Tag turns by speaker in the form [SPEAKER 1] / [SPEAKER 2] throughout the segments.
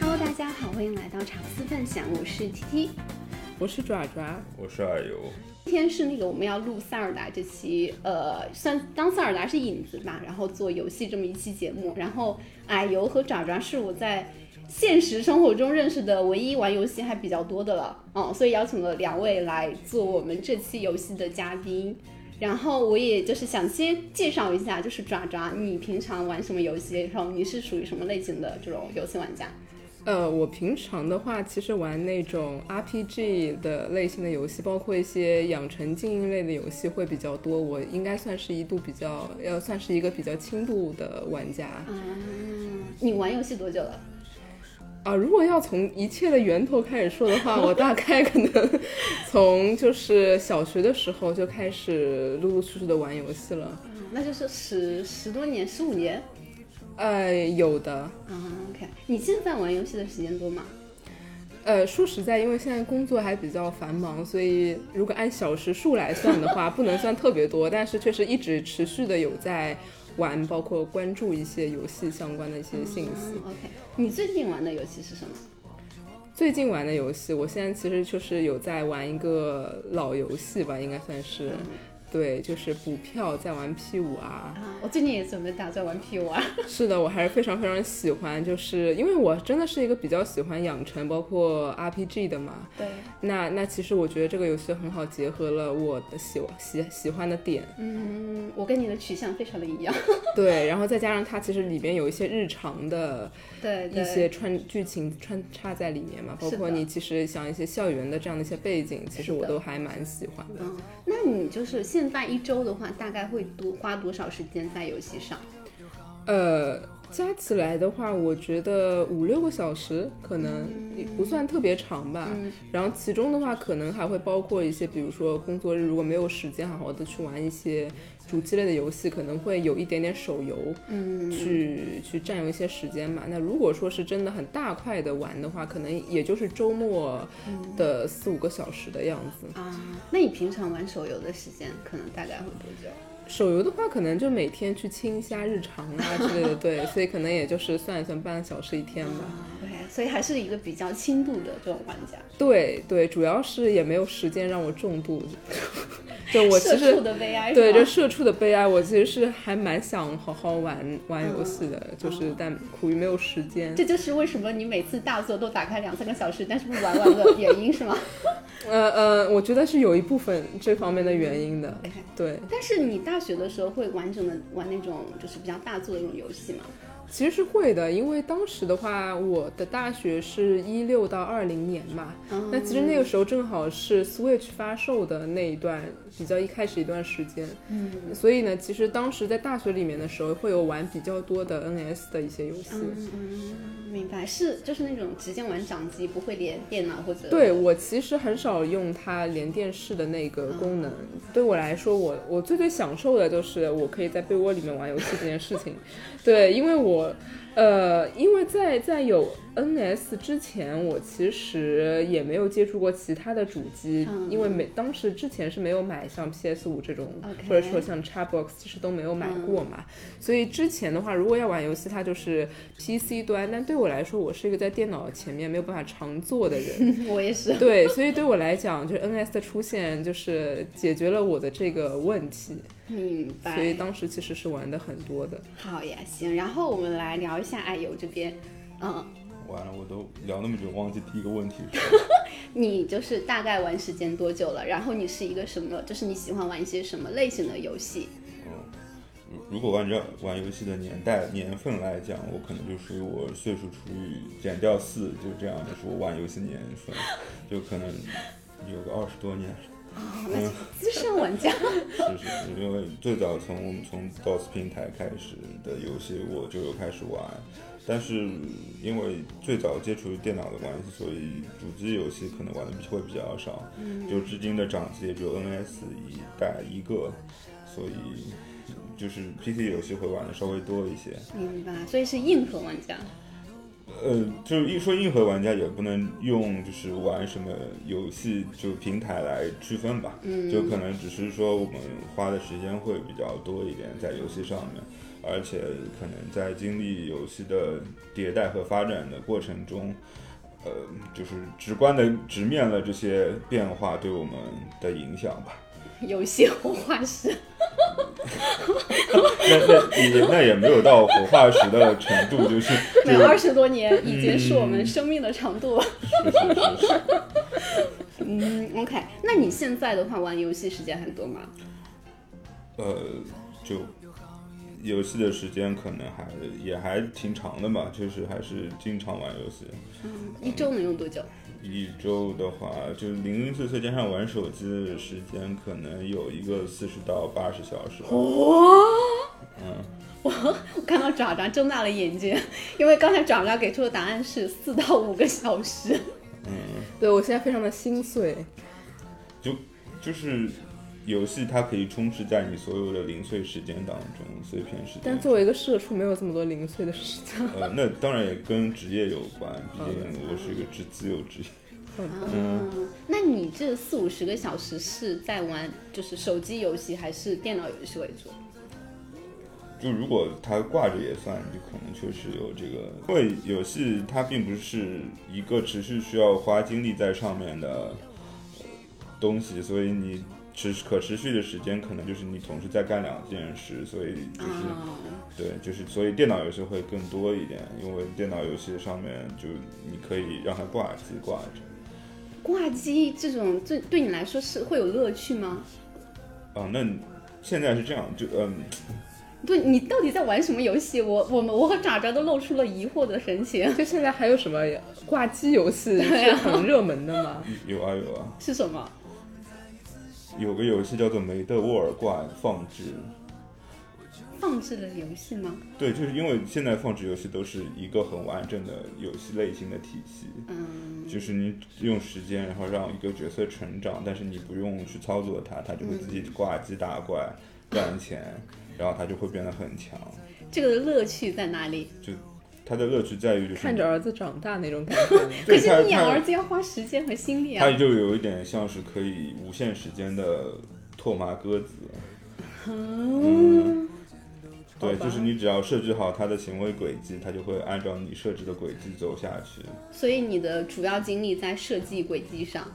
[SPEAKER 1] Hello，大家好，欢迎来到茶思分享，我是 T T。
[SPEAKER 2] 我是爪爪，
[SPEAKER 3] 我是耳油，
[SPEAKER 1] 今天是那个我们要录塞尔达这期，呃，算当塞尔达是引子吧，然后做游戏这么一期节目。然后矮油和爪爪是我在现实生活中认识的唯一玩游戏还比较多的了，嗯，所以邀请了两位来做我们这期游戏的嘉宾。然后我也就是想先介绍一下，就是爪爪，你平常玩什么游戏？然后你是属于什么类型的这种游戏玩家？
[SPEAKER 2] 呃，我平常的话，其实玩那种 RPG 的类型的游戏，包括一些养成经营类的游戏会比较多。我应该算是一度比较，要算是一个比较轻度的玩家
[SPEAKER 1] 啊，你玩游戏多久了？
[SPEAKER 2] 啊。如果要从一切的源头开始说的话，我大概可能从就是小学的时候就开始陆陆续续的玩游戏了。
[SPEAKER 1] 嗯那就是十十多年、十五年
[SPEAKER 2] 呃，有的，
[SPEAKER 1] 啊。OK，你现在玩游戏的时间多吗？
[SPEAKER 2] 呃，说实在，因为现在工作还比较繁忙，所以如果按小时数来算的话，不能算特别多，但是确实一直持续的有在玩，包括关注一些游戏相关的一些信息。
[SPEAKER 1] 嗯 OK，你最近玩的游戏是什么？
[SPEAKER 2] 最近玩的游戏，我现在其实就是有在玩一个老游戏吧，应该算是，对，就是补票在玩 P 五啊。
[SPEAKER 1] 啊，我最近也准备打算玩 P 五啊。
[SPEAKER 2] 是的，我还是非常非常喜欢，就是因为我真的是一个比较喜欢养成包括 RPG 的嘛，
[SPEAKER 1] 对，
[SPEAKER 2] 那那其实我觉得这个游戏很好结合了我的喜喜喜欢的点，
[SPEAKER 1] 嗯，我跟你的取向非常的一样。
[SPEAKER 2] 对，然后再加上它其实里边有一些日常的
[SPEAKER 1] 对对。
[SPEAKER 2] 一些穿剧情穿插在里面嘛，包
[SPEAKER 1] 是的
[SPEAKER 2] 括你其实想一些校园的这样的一些背景，其
[SPEAKER 1] 是
[SPEAKER 2] 实我
[SPEAKER 1] 的
[SPEAKER 2] 都还蛮喜欢的。
[SPEAKER 1] 嗯，那你就是现在一周的话，大概会多花多少时间在游戏上？
[SPEAKER 2] 呃，加起来的话，我觉得五六个小时可能也不算特别长吧。然后其中的话，可能还会包括一些，比如说工作日如果没有时间好好的去玩一些主机类的游戏，可能会有一点点手游
[SPEAKER 1] 嗯，
[SPEAKER 2] 去、去占用一些时间嘛。那如果说是真的很大块的玩的话，可能也就是周末的四五个小时的样子。
[SPEAKER 1] 啊，那你平常玩手游的时间可能大概会多
[SPEAKER 2] 啊
[SPEAKER 1] 久？
[SPEAKER 2] 手游的话，可能就每天去清一下日常啊之类的，对，所以可能也就是算一算半个小时一天吧。
[SPEAKER 1] OK，所以还是一个比较轻度的这种玩家，
[SPEAKER 2] 对对，主要是也没有时间让我重度。 就我其
[SPEAKER 1] 社畜
[SPEAKER 2] 实
[SPEAKER 1] 的悲哀是
[SPEAKER 2] 对
[SPEAKER 1] 吧
[SPEAKER 2] 这社畜的悲哀，我其实是还蛮想好好玩玩游戏的，就是但苦于没有时
[SPEAKER 1] 嗯
[SPEAKER 2] 间。
[SPEAKER 1] 哦这就是为什么你每次大作都打开两三个小时，但是不玩玩的原因是吗？
[SPEAKER 2] 呃呃，我觉得是有一部分这方面的原因的。对，
[SPEAKER 1] 但是你大学的时候会完整的玩那种就是比较大作的那种游戏吗？
[SPEAKER 2] 其实是会的，因为当时的话，我的大学是一六到二零年嘛，那其实那个时候正好是 Switch 发售的那一段比较一开始一段时间，嗯，所以呢，其实当时在大学里面的时候，会有玩比较多的 NS 的一些游戏。
[SPEAKER 1] 明白，是就是那种直接玩掌机，不会连电脑或者
[SPEAKER 2] 对我其实很少用它连电视的那个功
[SPEAKER 1] 哦
[SPEAKER 2] 能，对我来说，我我最最享受的就是我可以在被窝里面玩游戏这件事情。对，因为我，呃，因为在在有 NS 之前，我其实也没有接触过其他的主机，
[SPEAKER 1] 嗯
[SPEAKER 2] 因为没当时之前是没有买像 PS 五这种
[SPEAKER 1] OK 嗯
[SPEAKER 2] 或者说像 Xbox 其实都没有买过嘛。所以之前的话，如果要玩游戏，它就是 PC 端，但对我来说，我是一个在电脑前面没有办法常坐的 人。
[SPEAKER 1] 我也 是。
[SPEAKER 2] 对，所以对我来讲，就是 NS 的出现，就是解决了我的这个问题，
[SPEAKER 1] 明
[SPEAKER 2] 所以
[SPEAKER 1] 白，
[SPEAKER 2] 当时其实是玩的很多的。
[SPEAKER 1] 好呀，行，然后我们来聊一下爱游这边，嗯，
[SPEAKER 3] 完了，我都聊那么久，忘记第一个问题是什
[SPEAKER 1] 你就是大概玩时间多久了？然后你是一个什么？就是你喜欢玩一些什么类型的游戏？
[SPEAKER 3] 么。如如果按照玩游戏的年代年份来讲，我可能就属于我岁数除以减掉四，就这样，就是我玩游戏年份，就可能有个二十多年。
[SPEAKER 1] 哦，那是资深玩家。
[SPEAKER 3] 是是是，因为最早从从 DOS 平台开始的游戏，我就有开始玩。但是因为最早接触电脑的关系，所以主机游戏可能玩的会比较少。就至今的掌机也只有 NS 一代一个，所以就是 PC 游戏会玩的稍微多一些。
[SPEAKER 1] 明白，所以是硬核玩家。
[SPEAKER 3] 呃，就是一说硬核玩家也不能用就是玩什么游戏就平台来区分吧，
[SPEAKER 1] 嗯
[SPEAKER 3] 就可能只是说我们花的时间会比较多一点在游戏上面，而且可能在经历游戏的迭代和发展的过程中，呃，就是直观的直面了这些变化对我们的影响吧。
[SPEAKER 1] 有些活化石，
[SPEAKER 3] 那那也那也没有到活化石的程 度，就是
[SPEAKER 1] 没
[SPEAKER 3] 就
[SPEAKER 1] 有二十多年已经是我们生命的长度了。
[SPEAKER 3] 是是是是。
[SPEAKER 1] 嗯，OK，那你现在的话玩游戏时间还多吗？
[SPEAKER 3] 呃，就游戏的时间可能还也还挺长的吧，就是还是经常玩游戏。
[SPEAKER 1] 一周能用多久？
[SPEAKER 3] 一周的话，就零零碎碎加上玩手机的时间，可能有一个四十到八十小时吧。嗯，
[SPEAKER 1] 我看到爪爪睁大了眼睛，因为刚才爪爪给出的答案是四到五个小时。
[SPEAKER 2] 对我现在非常的心碎。
[SPEAKER 3] 就是游戏它可以充斥在你所有的零碎时间当中，碎片时
[SPEAKER 2] 但
[SPEAKER 3] 间。
[SPEAKER 2] 作为一个社畜，没有这么多零碎的事情。
[SPEAKER 3] 呃，那当然也跟职业有关，毕竟我是一个自自由职业。
[SPEAKER 1] 嗯，那你这四五十个小时是在玩就是手机游戏还是电脑游戏为主？
[SPEAKER 3] 就如果它挂着也算，就可能确实有这个，因为游戏它并不是一个持续需要花精力在上面的呃东西，所以你持可持续的时间可能就是你同时在干两件事，所以就是、
[SPEAKER 1] 啊，
[SPEAKER 3] 对，就是所以电脑游戏会更多一点，因为电脑游戏上面就你可以让它挂机挂着。
[SPEAKER 1] 挂机这种，这对你来说是会有乐趣吗？
[SPEAKER 3] 啊，那现在是这样，就嗯，
[SPEAKER 1] 对你到底在玩什么游戏？我我们我和爪爪都露出了疑惑的神情，
[SPEAKER 2] 就现在还有什么挂机游戏
[SPEAKER 1] 对
[SPEAKER 2] 是
[SPEAKER 1] 啊
[SPEAKER 2] 很热门的吗？
[SPEAKER 3] 有啊有啊，
[SPEAKER 1] 是什么？
[SPEAKER 3] 有个游戏叫做梅德沃尔挂放置。
[SPEAKER 1] 放置的游戏吗？
[SPEAKER 3] 对，就是因为现在放置游戏都是一个很完整的游戏类型的体系，
[SPEAKER 1] 嗯，
[SPEAKER 3] 就是你用时间，然后让一个角色成长，但是你不用去操作它，它就会自己
[SPEAKER 2] 嗯
[SPEAKER 3] 挂机打怪赚钱，然后它就会变得很强。
[SPEAKER 1] 这个乐趣在哪里？
[SPEAKER 3] 它的乐趣在于就是
[SPEAKER 2] 看着儿子长大那种感觉。
[SPEAKER 1] 可
[SPEAKER 3] 对
[SPEAKER 1] 是
[SPEAKER 3] 它
[SPEAKER 1] 你养儿
[SPEAKER 3] 它
[SPEAKER 1] 子要花时间和心力啊
[SPEAKER 3] 它。就有一点像是可以无限时间的唾骂鸽子。嗯，
[SPEAKER 2] 哦好
[SPEAKER 3] 对，
[SPEAKER 2] 吧
[SPEAKER 3] 就是你只要设置好它的行为轨迹，它就会按照你设置的轨迹走下去。
[SPEAKER 1] 所以你的主要精力在设计轨迹上。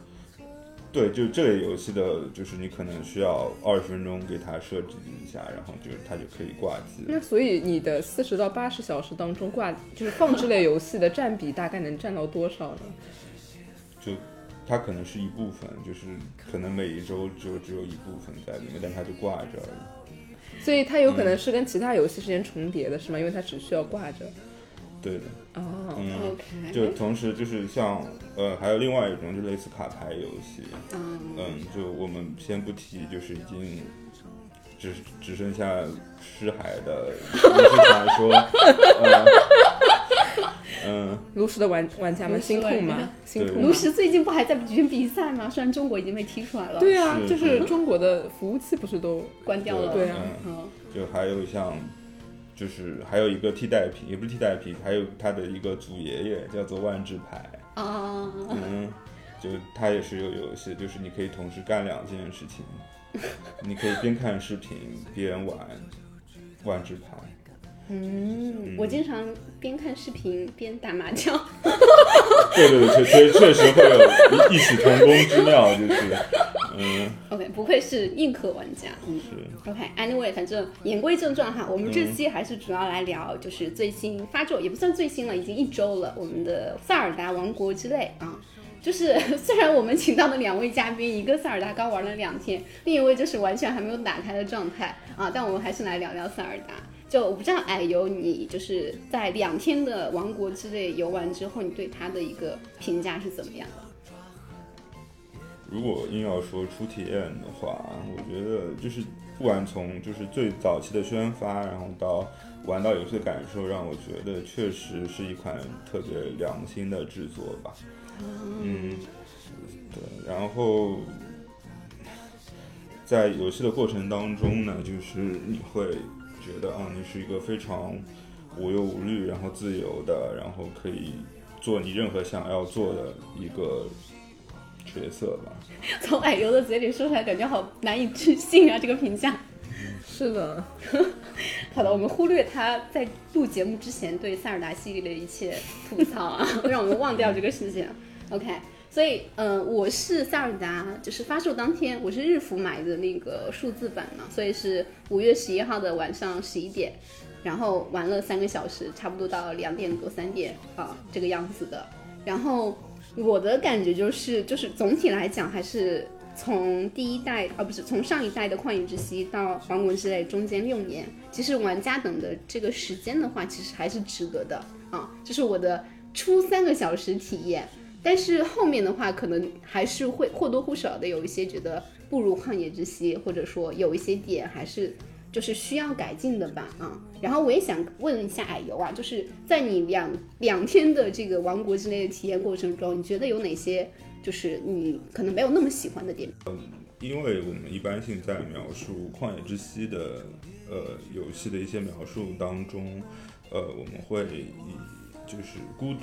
[SPEAKER 3] 对，就这类游戏的，就是你可能需要二十分钟给它设置一下，然后就它就可以挂机。
[SPEAKER 2] 那所以你的四十到八十小时当中挂就是放置类游戏的占比大概能占到多少呢？
[SPEAKER 3] 就它可能是一部分，就是可能每一周就只有一部分在里面，但它就挂着而已。
[SPEAKER 2] 所以它有可能是跟其他游戏之间重叠的，是吗？因为它只需要挂着。
[SPEAKER 3] 对的，
[SPEAKER 2] 哦，
[SPEAKER 3] 嗯，
[SPEAKER 1] OK，
[SPEAKER 3] 就同时就是像呃，还有另外一种就类似卡牌游戏，
[SPEAKER 1] 嗯，
[SPEAKER 3] 嗯，就我们先不提，就是已经只只剩下尸骸的都市传说，呃嗯。
[SPEAKER 2] 炉石的玩玩家们
[SPEAKER 1] 炉石
[SPEAKER 2] 心痛
[SPEAKER 1] 玩家
[SPEAKER 2] 吗？心痛
[SPEAKER 3] 对
[SPEAKER 2] 吗
[SPEAKER 1] 炉石最近不还在举行比赛吗？虽然中国已经被踢出来了，
[SPEAKER 2] 对啊，
[SPEAKER 3] 是
[SPEAKER 2] 就是
[SPEAKER 3] 是
[SPEAKER 2] 中国的服务器不是都
[SPEAKER 1] 关掉了。
[SPEAKER 2] 对啊
[SPEAKER 1] 嗯，
[SPEAKER 3] 就还有像，就是还有一个替代品，也不是替代品，还有他的一个祖爷爷叫做万智牌，
[SPEAKER 1] 啊，
[SPEAKER 3] 嗯，就他也是有游戏，就是你可以同时干两件事情，你可以边看视频边玩万智牌，
[SPEAKER 1] 嗯，我经常边看视频边打麻将。
[SPEAKER 3] 对对对，确确确实会有异曲同工之妙，就是，嗯，
[SPEAKER 1] OK，不愧是硬核玩家。嗯
[SPEAKER 3] 是。
[SPEAKER 1] OK，Anyway，、反正言归正传哈，我们这期还是主要来聊就是最新发售，也不算最新了，已经一周了，我们的《塞尔达王国之泪》啊。就是 虽然我们请到的两位嘉宾，一个塞尔达刚玩了两天，另一位就是完全还没有打开的状态啊，但我们还是来聊聊塞尔达。就我不知道矮油，你就是在两天的王国之泪游玩之后，你对它的一个评价是怎么样的？
[SPEAKER 3] 如果硬要说初体验的话，我觉得就是不管从就是最早期的宣发，然后到玩到游戏的感受，让我觉得确实是一款特别良心的制作吧。嗯，对，然后。在游戏的过程当中呢，就是你会觉得啊，你是一个非常无忧无虑，然后自由的，然后可以做你任何想要做的一个角色吧。
[SPEAKER 1] 从矮油的嘴里说出来，感觉好难以置信啊！这个评价。
[SPEAKER 2] 是的，
[SPEAKER 1] 好的，我们忽略他在录节目之前对塞尔达系列的一切吐槽啊， 让我们忘掉这个事情。OK，所以呃，我是塞尔达，就是发售当天，我是日服买的那个数字版嘛，所以是五月十一号的晚上十一点，然后玩了三个小时，差不多到两点多三点啊这个样子的。然后我的感觉就是，就是总体来讲还是从第一代，啊不是从上一代的《旷野之息》到《王国之泪》中间六年，其实玩家等的这个时间的话，其实还是值得的啊。这是我的初三个小时体验，但是后面的话，可能还是会或多或少的有一些觉得不如《旷野之息》，或者说有一些点还是。就是需要改进的吧，啊，然后我也想问一下矮油啊，就是在你两两天的这个王国之类的体验过程中，你觉得有哪些就是你可能没有那么喜欢的点？
[SPEAKER 3] 因为我们一般性在描述《旷野之息》的呃游戏的一些描述当中，呃，我们会以就是孤独，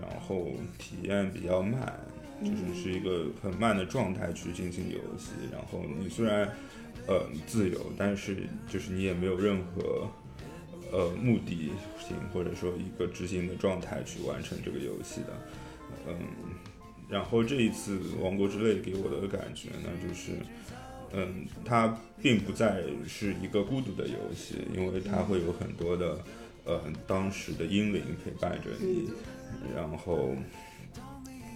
[SPEAKER 3] 然后体验比较慢，就是是一个很慢的状态去进行游戏。然后你虽然呃自由，但是就是你也没有任何呃目的性或者说一个执行的状态去完成这个游戏的，嗯。然后这一次《王国之泪》给我的感觉呢，就是，嗯，它并不再是一个孤独的游戏，因为它会有很多的，呃，当时的英灵陪伴着你，然后，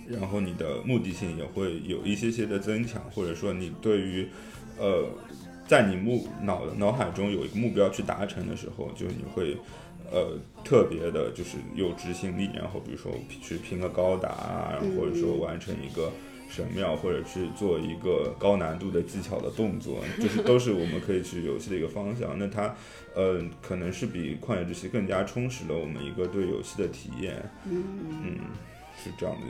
[SPEAKER 3] 然后你的目的性也会有一些些的增强，或者说你对于，呃，在你目脑脑海中有一个目标去达成的时候，就你会呃特别的，就是有执行力，然后比如说去拼个高达啊，
[SPEAKER 1] 嗯
[SPEAKER 3] 或者说完成一个神庙，或者去做一个高难度的技巧的动作，就是都是我们可以去游戏的一个方向。那它呃可能是比旷野之息更加充实了我们一个对游戏的体验，
[SPEAKER 1] 嗯，
[SPEAKER 3] 嗯，是这样的。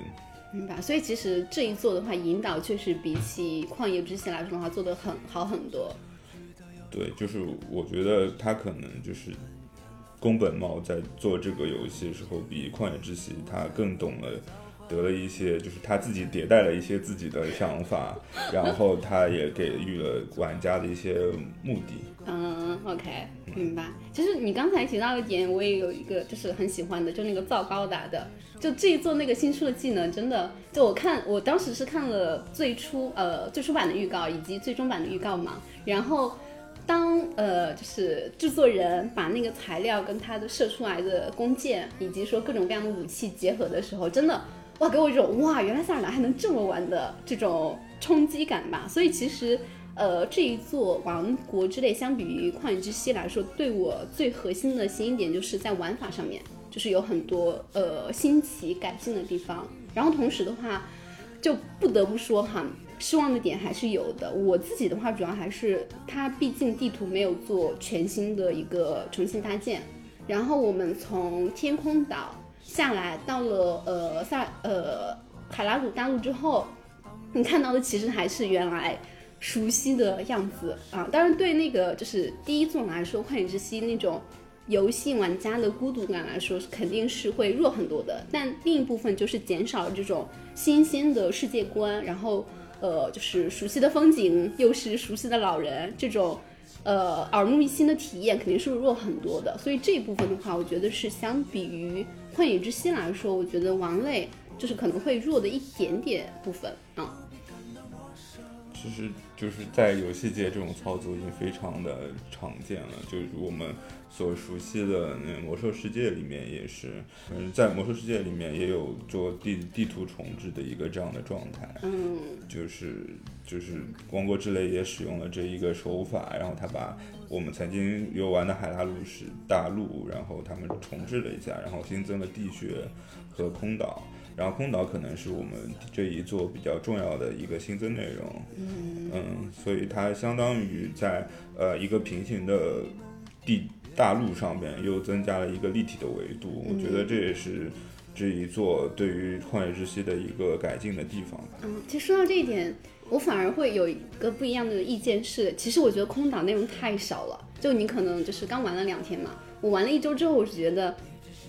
[SPEAKER 1] 明白。所以其实这一做的话，引导确实比起旷野之息来说的话，做的很好很多。
[SPEAKER 3] 对，就是我觉得他可能就是宫本茂在做这个游戏的时候，比旷野之息他更懂了，得了一些就是他自己迭代了一些自己的想法，然后他也给予了玩家的一些目的。
[SPEAKER 1] 嗯，OK，明白。其实你刚才提到一点，我也有一个就是很喜欢的，就那个造高达的，就这一座那个新出的技能，真的，就我看我当时是看了最初呃最初版的预告以及最终版的预告嘛，然后当呃就是制作人把那个材料跟他的射出来的弓箭以及说各种各样的武器结合的时候，真的哇给我一种哇原来塞尔达还能这么玩的这种冲击感吧。所以其实呃这一座王国之泪相比于旷野之息来说，对我最核心的吸引点就是在玩法上面，就是有很多呃新奇改进的地方。然后同时的话，就不得不说哈，失望的点还是有的。我自己的话，主要还是它毕竟地图没有做全新的一个重新搭建。然后我们从天空岛下来，到了呃萨呃海拉鲁大陆之后，你看到的其实还是原来熟悉的样子啊。当然，对那个就是第一座来说，《旷野之息》那种游戏玩家的孤独感来说，肯定是会弱很多的。但另一部分就是减少这种新鲜的世界观，然后呃，就是熟悉的风景，又呃是熟悉的老人，这种呃耳目一新的体验肯定是弱很多的。所以这一部分的话，我觉得是相比于《旷野之心》来说，我觉得王类就是可能会弱的一点点部分啊。
[SPEAKER 3] 其实就是在游戏界这种操作已经非常的常见了，就是我们所熟悉的嗯魔兽世界里面也是，嗯，在魔兽世界里面也有做地地图重置的一个这样的状态。
[SPEAKER 1] 嗯，
[SPEAKER 3] 就是就是《王国之泪》也使用了这一个手法，然后他把我们曾经游玩的海拉鲁是大陆，然后他们重置了一下，然后新增了地穴和空岛，然后空岛可能是我们这一座比较重要的一个新增内容，嗯所以它相当于在呃一个平行的地大陆上面又增加了一个立体的维度，我觉得这也是。这一座对于旷野之息的一个改进的地方吧。
[SPEAKER 1] 嗯，其实说到这一点，我反而会有一个不一样的意见是，其实我觉得空岛内容太少了，就就你可能就是刚玩了两天嘛，我玩了一周之后，我是觉得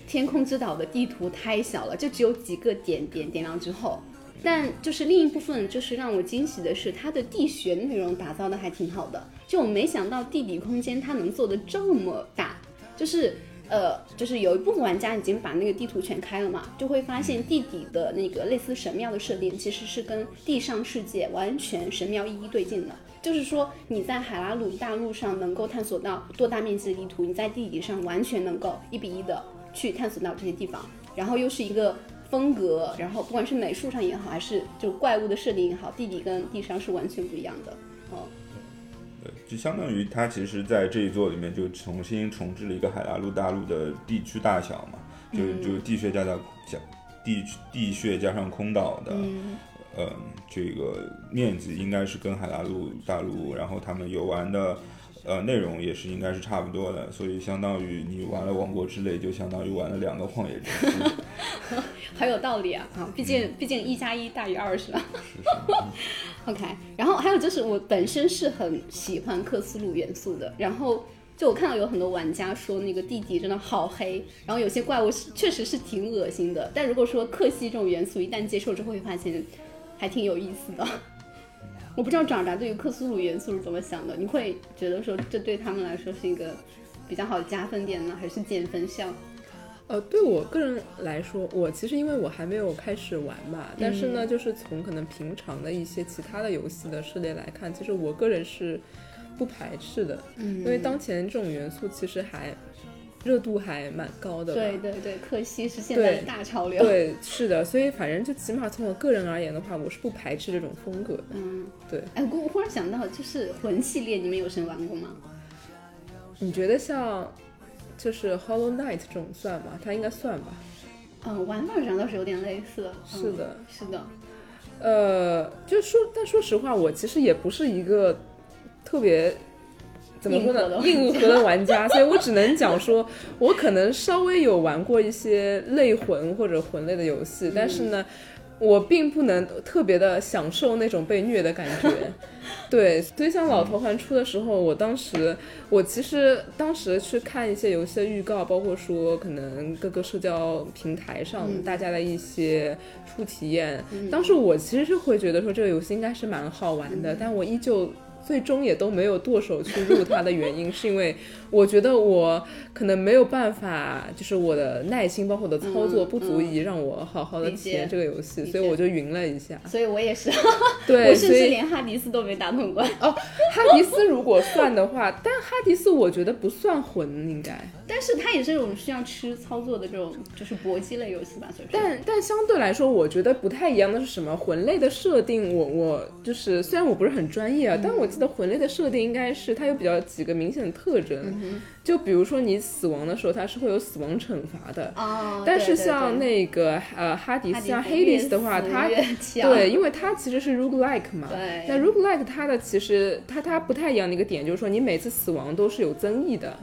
[SPEAKER 1] 天空之岛的地图太小了，就只有几个点点点亮之后。但就是另一部分，就是让我惊喜的是，它的地学内容打造的还挺好的。就我没想到地理空间它能做的这么大，就是呃，就是有一部分玩家已经把那个地图全开了嘛，就会发现地底的那个类似神庙的设定，其实是跟地上世界完全神庙一一对应的。就是说，你在海拉鲁大陆上能够探索到多大面积的地图，你在地理上完全能够一比一的去探索到这些地方，然后又是一个风格，然后不管是美术上也好，还是就怪物的设定也好，地理跟地上是完全不一样的。哦，
[SPEAKER 3] 对，就相当于它其实在这一座里面就重新重置了一个海拉鲁大陆的地区大小嘛，就就地穴加上加地地穴加上空岛的，呃，这个面积应该是跟海拉鲁大陆，然后他们游玩的。呃，内容也是应该是差不多的，所以相当于你玩了《王国之泪》，就相当于玩了两个《旷野之息》是。
[SPEAKER 1] 好有道理啊！
[SPEAKER 2] 嗯
[SPEAKER 1] 啊，毕竟毕竟一加一大于二是吧
[SPEAKER 3] 嗯 是
[SPEAKER 1] ？OK，然后还有就是我本身是很喜欢克苏鲁元素的，然后就我看到有很多玩家说那个地底真的好黑，然后有些怪物是确实是挺恶心的，但如果说克系这种元素一旦接受之后，会发现还挺有意思
[SPEAKER 3] 哎
[SPEAKER 1] 的。 我不知道爪爪对于克苏鲁元素是怎么想的，你会觉得说这对他们来说是一个比较好的加分点呢，还是减分项？
[SPEAKER 2] 呃，对我个人来说，我其实因为我还没有开始玩嘛，但是呢，就是从可能平常的一些其他的游戏的涉猎来看，其实我个人是不排斥的，
[SPEAKER 1] 嗯
[SPEAKER 2] 因为当前这种元素其实还热度还蛮高的吧。
[SPEAKER 1] 对对对，克系是现在的
[SPEAKER 2] 对
[SPEAKER 1] 大潮流。
[SPEAKER 2] 对，是的，所以反正就起码从我个人而言的话，我是不排斥这种风格的。
[SPEAKER 1] 嗯，
[SPEAKER 2] 对，
[SPEAKER 1] 哎，我忽然想到，就是魂系列，你们有谁玩过吗？
[SPEAKER 2] 你觉得像就是 Hollow Knight 这种算吗？它应该算吧。
[SPEAKER 1] 嗯，玩法上倒是有点类似。嗯
[SPEAKER 2] 是的，
[SPEAKER 1] 是的，
[SPEAKER 2] 呃，就说，但说实话，我其实也不是一个特别怎么说呢，硬
[SPEAKER 1] 硬
[SPEAKER 2] 核的玩家，所以我只能讲说，我可能稍微有玩过一些类魂或者魂类的游戏，但是呢，我并不能特别的享受那种被虐的感觉。对，所以像老头环出的时候，我当时我其实当时去看一些游戏的预告，包括说可能各个社交平台上
[SPEAKER 1] 嗯
[SPEAKER 2] 大家的一些初体验，
[SPEAKER 1] 嗯
[SPEAKER 2] 当时我其实是会觉得说这个游戏应该是蛮好玩的，但我依旧。最终也都没有剁手去入它的原因，是因为我觉得我可能没有办法，就是我的耐心包括我的操作
[SPEAKER 1] 嗯
[SPEAKER 2] 不足以让我好好的
[SPEAKER 1] 理
[SPEAKER 2] 体
[SPEAKER 1] 解
[SPEAKER 2] 验这个游戏，
[SPEAKER 1] 理
[SPEAKER 2] 所以
[SPEAKER 1] 解
[SPEAKER 2] 我就云了一下。
[SPEAKER 1] 所以我也是，
[SPEAKER 2] 对，
[SPEAKER 1] 我甚
[SPEAKER 2] 所
[SPEAKER 1] 至
[SPEAKER 2] 以。
[SPEAKER 1] 连哈迪斯都没打通关。
[SPEAKER 2] 哈迪斯如果算的话， 但哈迪斯我觉得不算魂，应该。
[SPEAKER 1] 但是它也是一种需要吃操作的这种，就是搏击类游戏吧，所以说。
[SPEAKER 2] 但但相对来说，我觉得不太一样的是什么？魂类的设定我，我就是虽然我不是很专
[SPEAKER 1] 嗯
[SPEAKER 2] 业啊，但我记得魂类的设定应该是它有比较几个明显的特征，
[SPEAKER 1] 嗯
[SPEAKER 2] 就比如说你死亡的时候，它是会有死亡惩罚的。
[SPEAKER 1] 哦，
[SPEAKER 2] 但
[SPEAKER 1] 对
[SPEAKER 2] 是
[SPEAKER 1] 对对
[SPEAKER 2] 像那个呃哈迪
[SPEAKER 1] 哈
[SPEAKER 2] 斯
[SPEAKER 1] 迪
[SPEAKER 2] 像
[SPEAKER 1] 斯
[SPEAKER 2] Hades 的话，
[SPEAKER 1] 越
[SPEAKER 2] 它
[SPEAKER 1] 死越强
[SPEAKER 2] 对，因为它其实是 roguelike 嘛。
[SPEAKER 1] 对
[SPEAKER 2] 那 roguelike 它的其实它它不太一样的一个点就是说，你每次死亡都是有增益的。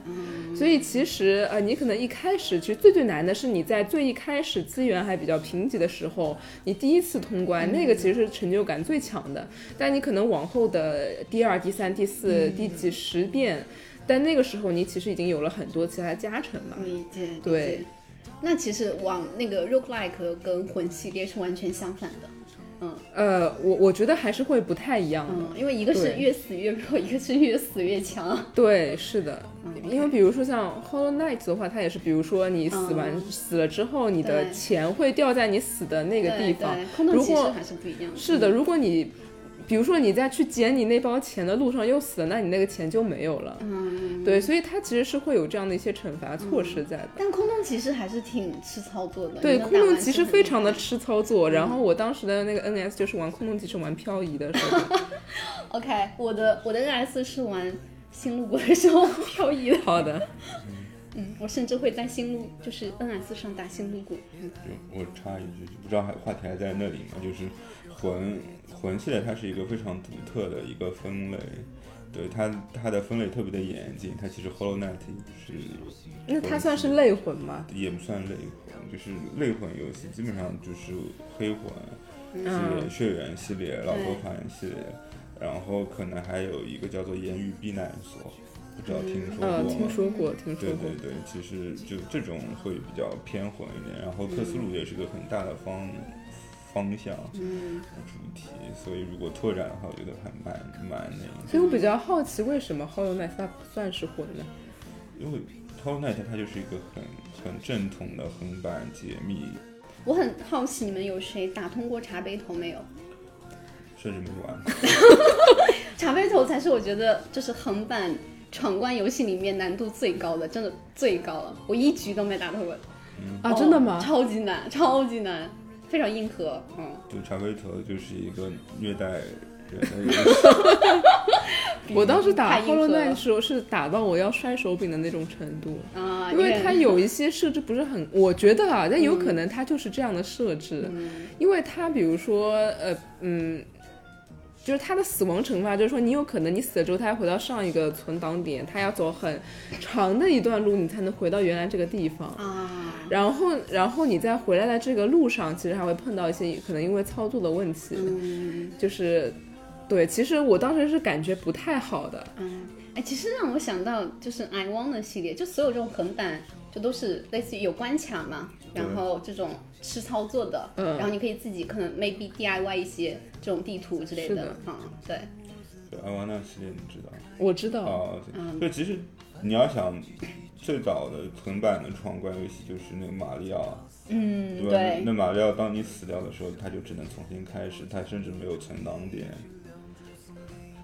[SPEAKER 2] 所以其实呃，你可能一开始其实最最难的是你在最一开始资源还比较贫瘠的时候，你第一次通关、那个其实是成就感最强的。但你可能往后的第二、第三、第四、第几十遍，但那个时候你其实已经有了很多其他加成嘛。
[SPEAKER 1] 理解理解
[SPEAKER 2] 对。
[SPEAKER 1] 那其实往那个 roguelike 跟魂系列是完全相反的，
[SPEAKER 2] 呃，我我觉得还是会不太一样的。
[SPEAKER 1] 嗯，因为一个是
[SPEAKER 2] 对
[SPEAKER 1] 越死越弱，一个是越死越强。
[SPEAKER 2] 对，是的，
[SPEAKER 1] 嗯
[SPEAKER 2] 因为比如说像 Hollow Knight 的话，它也是，比如说你死完、
[SPEAKER 1] 嗯
[SPEAKER 2] 死了之后，你的
[SPEAKER 1] 对
[SPEAKER 2] 钱会掉在你死的那个地方
[SPEAKER 1] 对。对空洞
[SPEAKER 2] 如
[SPEAKER 1] 骑士
[SPEAKER 2] 果
[SPEAKER 1] 还是不一样的。
[SPEAKER 2] 是的，如果你比如说你在去捡你那包钱的路上又死了，那你那个钱就没有了。
[SPEAKER 1] 嗯，
[SPEAKER 2] 对，所以它其实是会有这样的一些惩罚措施在的。
[SPEAKER 1] 但空洞骑士还是挺吃操作的。
[SPEAKER 2] 对，
[SPEAKER 1] 你能
[SPEAKER 2] 空
[SPEAKER 1] 打完
[SPEAKER 2] 洞
[SPEAKER 1] 是
[SPEAKER 2] 骑士
[SPEAKER 1] 很
[SPEAKER 2] 非常的
[SPEAKER 1] 厉嗯
[SPEAKER 2] 吃操作，然后我当时的那个 NS 就是玩空洞骑士玩漂移的时候。
[SPEAKER 1] 害。OK，我的我的 NS 是玩新路国的时 候漂移的。
[SPEAKER 2] 好的，
[SPEAKER 1] 嗯，我甚至会在新路就是 NS 上打新路谷。嗯
[SPEAKER 3] 就我插一句，就不知道还话题还在那里吗？就是魂魂系列，它是一个非常独特的一个分类，对它它的分类特别的严谨。它其实 Hollow Knight 是
[SPEAKER 2] 那它算是
[SPEAKER 3] 魂系
[SPEAKER 2] 类魂吗？
[SPEAKER 3] 也不算类魂，就是类魂游戏基本上就是黑魂系列、
[SPEAKER 2] 嗯
[SPEAKER 3] 血缘系列、老
[SPEAKER 1] 对
[SPEAKER 3] 头环系列，然后可能还有一个叫做言语避难所。不知道听说过吗？
[SPEAKER 2] 呃，听说过，听说
[SPEAKER 3] 对
[SPEAKER 2] 过
[SPEAKER 3] 对。对，其实就这种会比较偏混一点，然后克苏鲁也是个很大的方、方向、
[SPEAKER 1] 嗯，
[SPEAKER 3] 主题，所以如果拓展的话，我觉得还蛮蛮那
[SPEAKER 2] 所
[SPEAKER 3] 个，
[SPEAKER 2] 以我比较好奇，为什么 Hollow Knight 它不算是混呢？
[SPEAKER 3] 因为 Hollow Knight 它就是一个很很正统的横版解密，
[SPEAKER 1] 我很好奇你们有谁打通过茶杯头没有？
[SPEAKER 3] 甚至没玩。
[SPEAKER 1] 茶杯头才是我觉得就是横版闯关游戏里面难度最高的，真的最高了，我一局都没打通过。
[SPEAKER 2] 啊，
[SPEAKER 1] 哦
[SPEAKER 2] 真的吗？
[SPEAKER 1] 超级难，超级难，非常硬核。嗯，
[SPEAKER 3] 就茶杯头就是一个虐待人的游戏，
[SPEAKER 2] 哦我当时打
[SPEAKER 1] 太硬核
[SPEAKER 2] Hollow
[SPEAKER 1] 了
[SPEAKER 2] Knight 的时候是打到我要摔手柄的那种程度，
[SPEAKER 1] 啊，
[SPEAKER 2] 因为它
[SPEAKER 1] 有
[SPEAKER 2] 有一些设置不是很，我觉得啊，但有可
[SPEAKER 1] 嗯
[SPEAKER 2] 能它就是这样的设置，因为它比如说呃嗯。就是它的死亡惩罚，就是说你有可能你死了之后，它要回到上一个存档点，它要走很长的一段路，你才能回到原来这个地方。
[SPEAKER 1] 啊，
[SPEAKER 2] 然后，然后你在回来的这个路上，其实还会碰到一些可能因为操作的问题，
[SPEAKER 1] 嗯
[SPEAKER 2] 就是，对，其实我当时是感觉不太好的，
[SPEAKER 1] 嗯，哎，其实让我想到就是 I Wanna 系列，就所有这种横版，就都是类似于有关卡嘛，然后这种吃操作的，
[SPEAKER 2] 嗯
[SPEAKER 1] 然后你可以自己可能 maybe DIY 一些这种地图之类
[SPEAKER 2] 是的
[SPEAKER 1] 嗯，对，
[SPEAKER 3] 就艾瓦纳系列，你知道吗？
[SPEAKER 2] 我知道，
[SPEAKER 3] 啊，
[SPEAKER 1] 嗯
[SPEAKER 3] 就其实你要想最早的横版的闯关游戏就是那个马里奥，
[SPEAKER 1] 嗯，
[SPEAKER 3] 对吧？
[SPEAKER 1] 对
[SPEAKER 3] 那，马里奥当你死掉的时候，他就只能重新开始，他甚至没有存档点。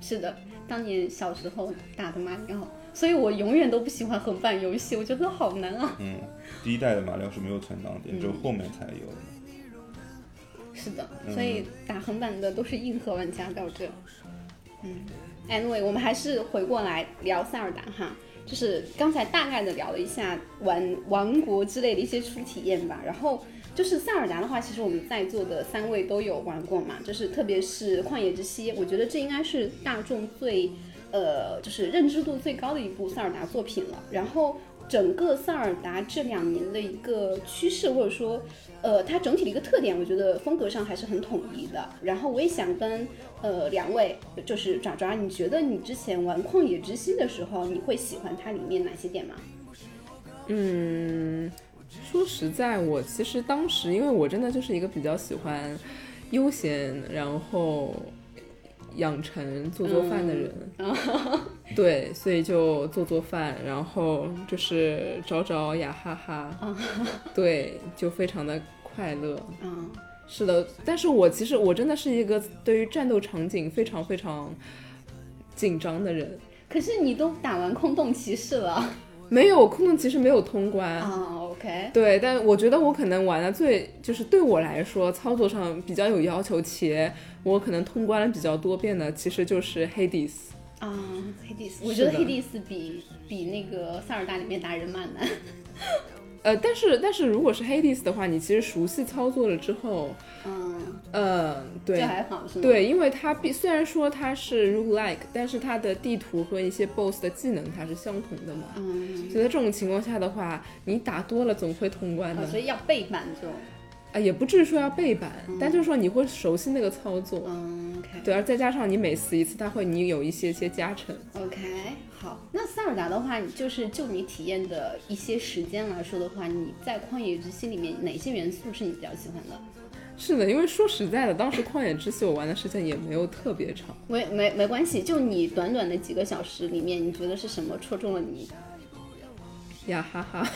[SPEAKER 1] 是的，当年小时候打的马里奥，所以我永远都不喜欢横版游戏，我觉得好难啊。
[SPEAKER 3] 嗯，第一代的马里奥是没有存档点，只有
[SPEAKER 1] 嗯
[SPEAKER 3] 后面才有的。
[SPEAKER 1] 是的，
[SPEAKER 3] 嗯
[SPEAKER 1] 所以打横版的都是硬核玩家到这。嗯，anyway，我们还是回过来聊塞尔达哈，就是刚才大概的聊了一下玩王国之类的一些初体验吧，然后。就是塞尔达的话，其实我们在座的三位都有玩过嘛，就是特别是旷野之息，我觉得这应该是大众最，呃，就是认知度最高的一部塞尔达作品了。然后整个塞尔达这两年的一个趋势，或者说呃，它整体的一个特点，我觉得风格上还是很统一的。然后我也想跟呃两位，就是爪爪，你觉得你之前玩《旷野之息》的时候，你会喜欢它里面哪些点吗？
[SPEAKER 2] 嗯，说实在，我其实当时因为我真的就是一个比较喜欢悠闲，然后养成做做饭的人，
[SPEAKER 1] 嗯
[SPEAKER 2] 对，所以就做做饭，然后就是找找雅哈 哈，对，就非常的快乐。
[SPEAKER 1] 嗯，
[SPEAKER 2] 是的，但是我其实我真的是一个对于战斗场景非常非常紧张的人。
[SPEAKER 1] 可是你都打完空洞骑士
[SPEAKER 2] 啊
[SPEAKER 1] 了
[SPEAKER 2] 没有空洞骑士没有通关，
[SPEAKER 1] 啊，OK，
[SPEAKER 2] 对，但我觉得我可能玩的最就是对我来说操作上比较有要求，且我可能通关了比较多遍的，其实就是 Hades。
[SPEAKER 1] 啊，黑蒂斯，
[SPEAKER 2] 是
[SPEAKER 1] 我觉得
[SPEAKER 2] 的
[SPEAKER 1] 黑蒂斯比比那个塞尔达里面打人蛮难。
[SPEAKER 2] 呃，但是但是如果是 Hades 的话，你其实熟悉操作了之后，
[SPEAKER 1] 嗯，
[SPEAKER 2] 呃，
[SPEAKER 1] 这
[SPEAKER 2] 对
[SPEAKER 1] 还好是吗？，
[SPEAKER 2] 对，因为它必虽然说它是 roguelike，但是它的地图和一些 BOSS 的技能它是相同的嘛，
[SPEAKER 1] 嗯，
[SPEAKER 2] 所以在这种情况下的话，你打多了总会通关的
[SPEAKER 1] 啊，所以要嗯背板这种。
[SPEAKER 2] 啊，也不至于说要背板，但就是说你会熟悉那个操作。
[SPEAKER 1] 嗯，OK。
[SPEAKER 2] 对，而再加上你每死一次，它会你有一些些加成。
[SPEAKER 1] OK，好，那塞尔达的话，你就是就你体验的一些时间来说的话，你在旷野之心里面哪些元素是你比较喜欢的？
[SPEAKER 2] 是的，因为说实在的，当时旷野之息我玩的时间也没有特别长。
[SPEAKER 1] 没没没关系，就你短短的几个小时里面，你觉得是什么戳中了你？
[SPEAKER 2] 雅哈哈，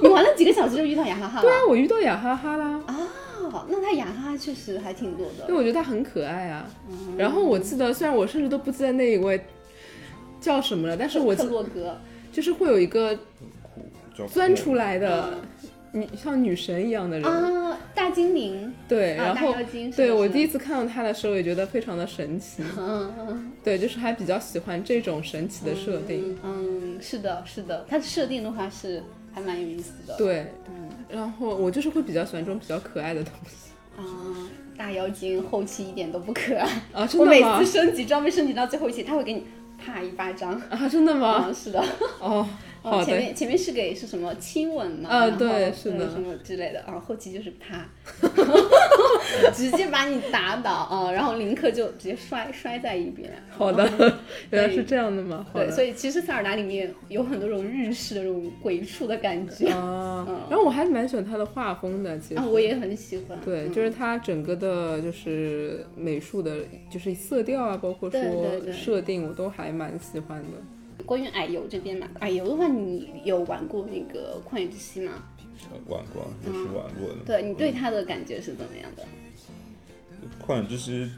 [SPEAKER 1] 你玩了几个小时就遇到雅哈哈
[SPEAKER 2] 对啊
[SPEAKER 1] 了？，
[SPEAKER 2] 我遇到雅哈哈啦，
[SPEAKER 1] 哦，那他雅哈哈确实还挺多
[SPEAKER 2] 因为
[SPEAKER 1] 的。
[SPEAKER 2] 我觉得它很可爱啊。
[SPEAKER 1] 嗯
[SPEAKER 2] 然后我记得，虽然我甚至都不记得那一位叫什么了，但是我
[SPEAKER 1] 克
[SPEAKER 2] 记
[SPEAKER 1] 洛格，
[SPEAKER 2] 就是会有一个
[SPEAKER 3] 叫
[SPEAKER 2] 钻出来的，你像女神一样的人。
[SPEAKER 1] 啊，大精灵，啊，
[SPEAKER 2] 对，嗯哎然
[SPEAKER 1] 大
[SPEAKER 2] 后
[SPEAKER 1] 妖精，
[SPEAKER 2] 对我第一
[SPEAKER 1] 弟，
[SPEAKER 2] 次看到他的时候也觉得非常的神奇。
[SPEAKER 1] 嗯嗯
[SPEAKER 2] 对，就是还比较喜欢这种神奇的设定。
[SPEAKER 1] 嗯嗯，是的，是的，它的设定的话是还蛮有意思的。
[SPEAKER 2] 对，
[SPEAKER 1] 嗯。
[SPEAKER 2] 然后我就是会比较喜欢这种比较可爱的东西
[SPEAKER 1] 啊，大妖精后期一点都不可爱。
[SPEAKER 2] 啊，真
[SPEAKER 1] 我
[SPEAKER 2] 的
[SPEAKER 1] 每
[SPEAKER 2] 吗
[SPEAKER 1] 次？升级装备升级到最后一期，他会给你啪一巴掌。
[SPEAKER 2] 啊，真的吗？
[SPEAKER 1] 嗯，是的，
[SPEAKER 2] 哦，
[SPEAKER 1] 哦，
[SPEAKER 2] 好
[SPEAKER 1] 前
[SPEAKER 2] 的，
[SPEAKER 1] 面前面是给是什么亲吻嘛？
[SPEAKER 2] 啊
[SPEAKER 1] 然后
[SPEAKER 2] 对是的
[SPEAKER 1] 呃什么之类的，然后后期就是啪， 直接把你打倒啊、然后林克就直接摔摔在一边。
[SPEAKER 2] 好的， 原来是这样的吗？好
[SPEAKER 1] 嗯对，所
[SPEAKER 2] 的。
[SPEAKER 1] 以其实塞尔达里面有很多种日式的这种鬼畜的感觉
[SPEAKER 2] 啊
[SPEAKER 1] 嗯，
[SPEAKER 2] 然后我还蛮喜欢他的画风的，其实
[SPEAKER 1] 啊，我也很喜欢。
[SPEAKER 2] 对，
[SPEAKER 1] 嗯
[SPEAKER 2] 就是它整个的，就是美术的，就是色调啊，包括
[SPEAKER 1] 对对
[SPEAKER 2] 说
[SPEAKER 1] 对啊
[SPEAKER 2] 设定，我都还蛮喜欢的。
[SPEAKER 1] 关于矮油这边嘛，矮油的话，你有玩过那个旷野之息吗？
[SPEAKER 3] 呃玩过，也是玩过的。
[SPEAKER 1] 嗯对你对
[SPEAKER 2] 嗯
[SPEAKER 1] 它的感觉是怎么样的？
[SPEAKER 3] 旷嗯野之息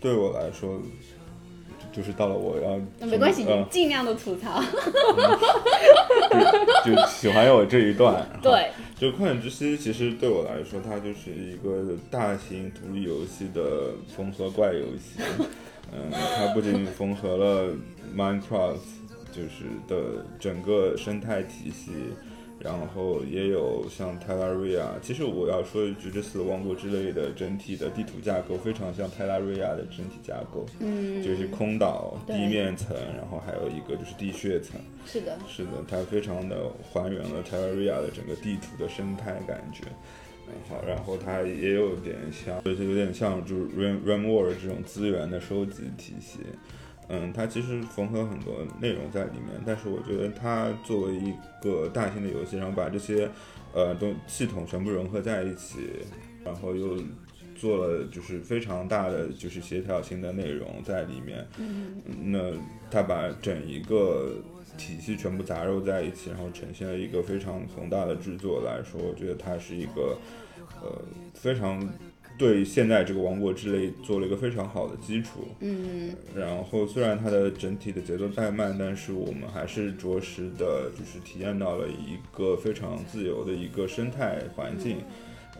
[SPEAKER 3] 对我来说，就就是到了我要
[SPEAKER 1] 那没关系，你
[SPEAKER 3] 嗯
[SPEAKER 1] 尽量的吐槽。
[SPEAKER 3] 就就喜欢我这 一段。然后
[SPEAKER 1] 对，
[SPEAKER 3] 就《旷野之息》，其实对我来说，它就是一个大型独立游戏的缝合怪游戏。嗯，它不仅缝合了 Minecraft 就是的整个生态体系，然后也有像 Terraria。其实我要说一句，这次《王国》之类的整体的地图架构非常像 Terraria 的整体架构，
[SPEAKER 1] 嗯，
[SPEAKER 3] 就是空岛、
[SPEAKER 1] 对
[SPEAKER 3] 地面层，然后还有一个就是地穴层。
[SPEAKER 1] 是的，
[SPEAKER 3] 是的，它非常的还原了 Terraria 的整个地图的生态感觉。然后，然后它也有点像，就是有点像就是 Ram Ramwar 这种资源的收集体系。嗯，它其实缝合很多内容在里面，但是我觉得它作为一个大型的游戏，然后把这些呃东系统全部融合在一起，然后又做了就是非常大的就是协调性的内容在里面。
[SPEAKER 1] 嗯，
[SPEAKER 3] 那它把整一个体系全部杂糅在一起，然后呈现了一个非常宏大的制作来说，我觉得它是一个呃非常对现在这个王国之泪做了一个非常好的基础。
[SPEAKER 1] 嗯，
[SPEAKER 3] 然后虽然它的整体的节奏怠慢，但是我们还是着实的，就是体验到了一个非常自由的一个生态环境，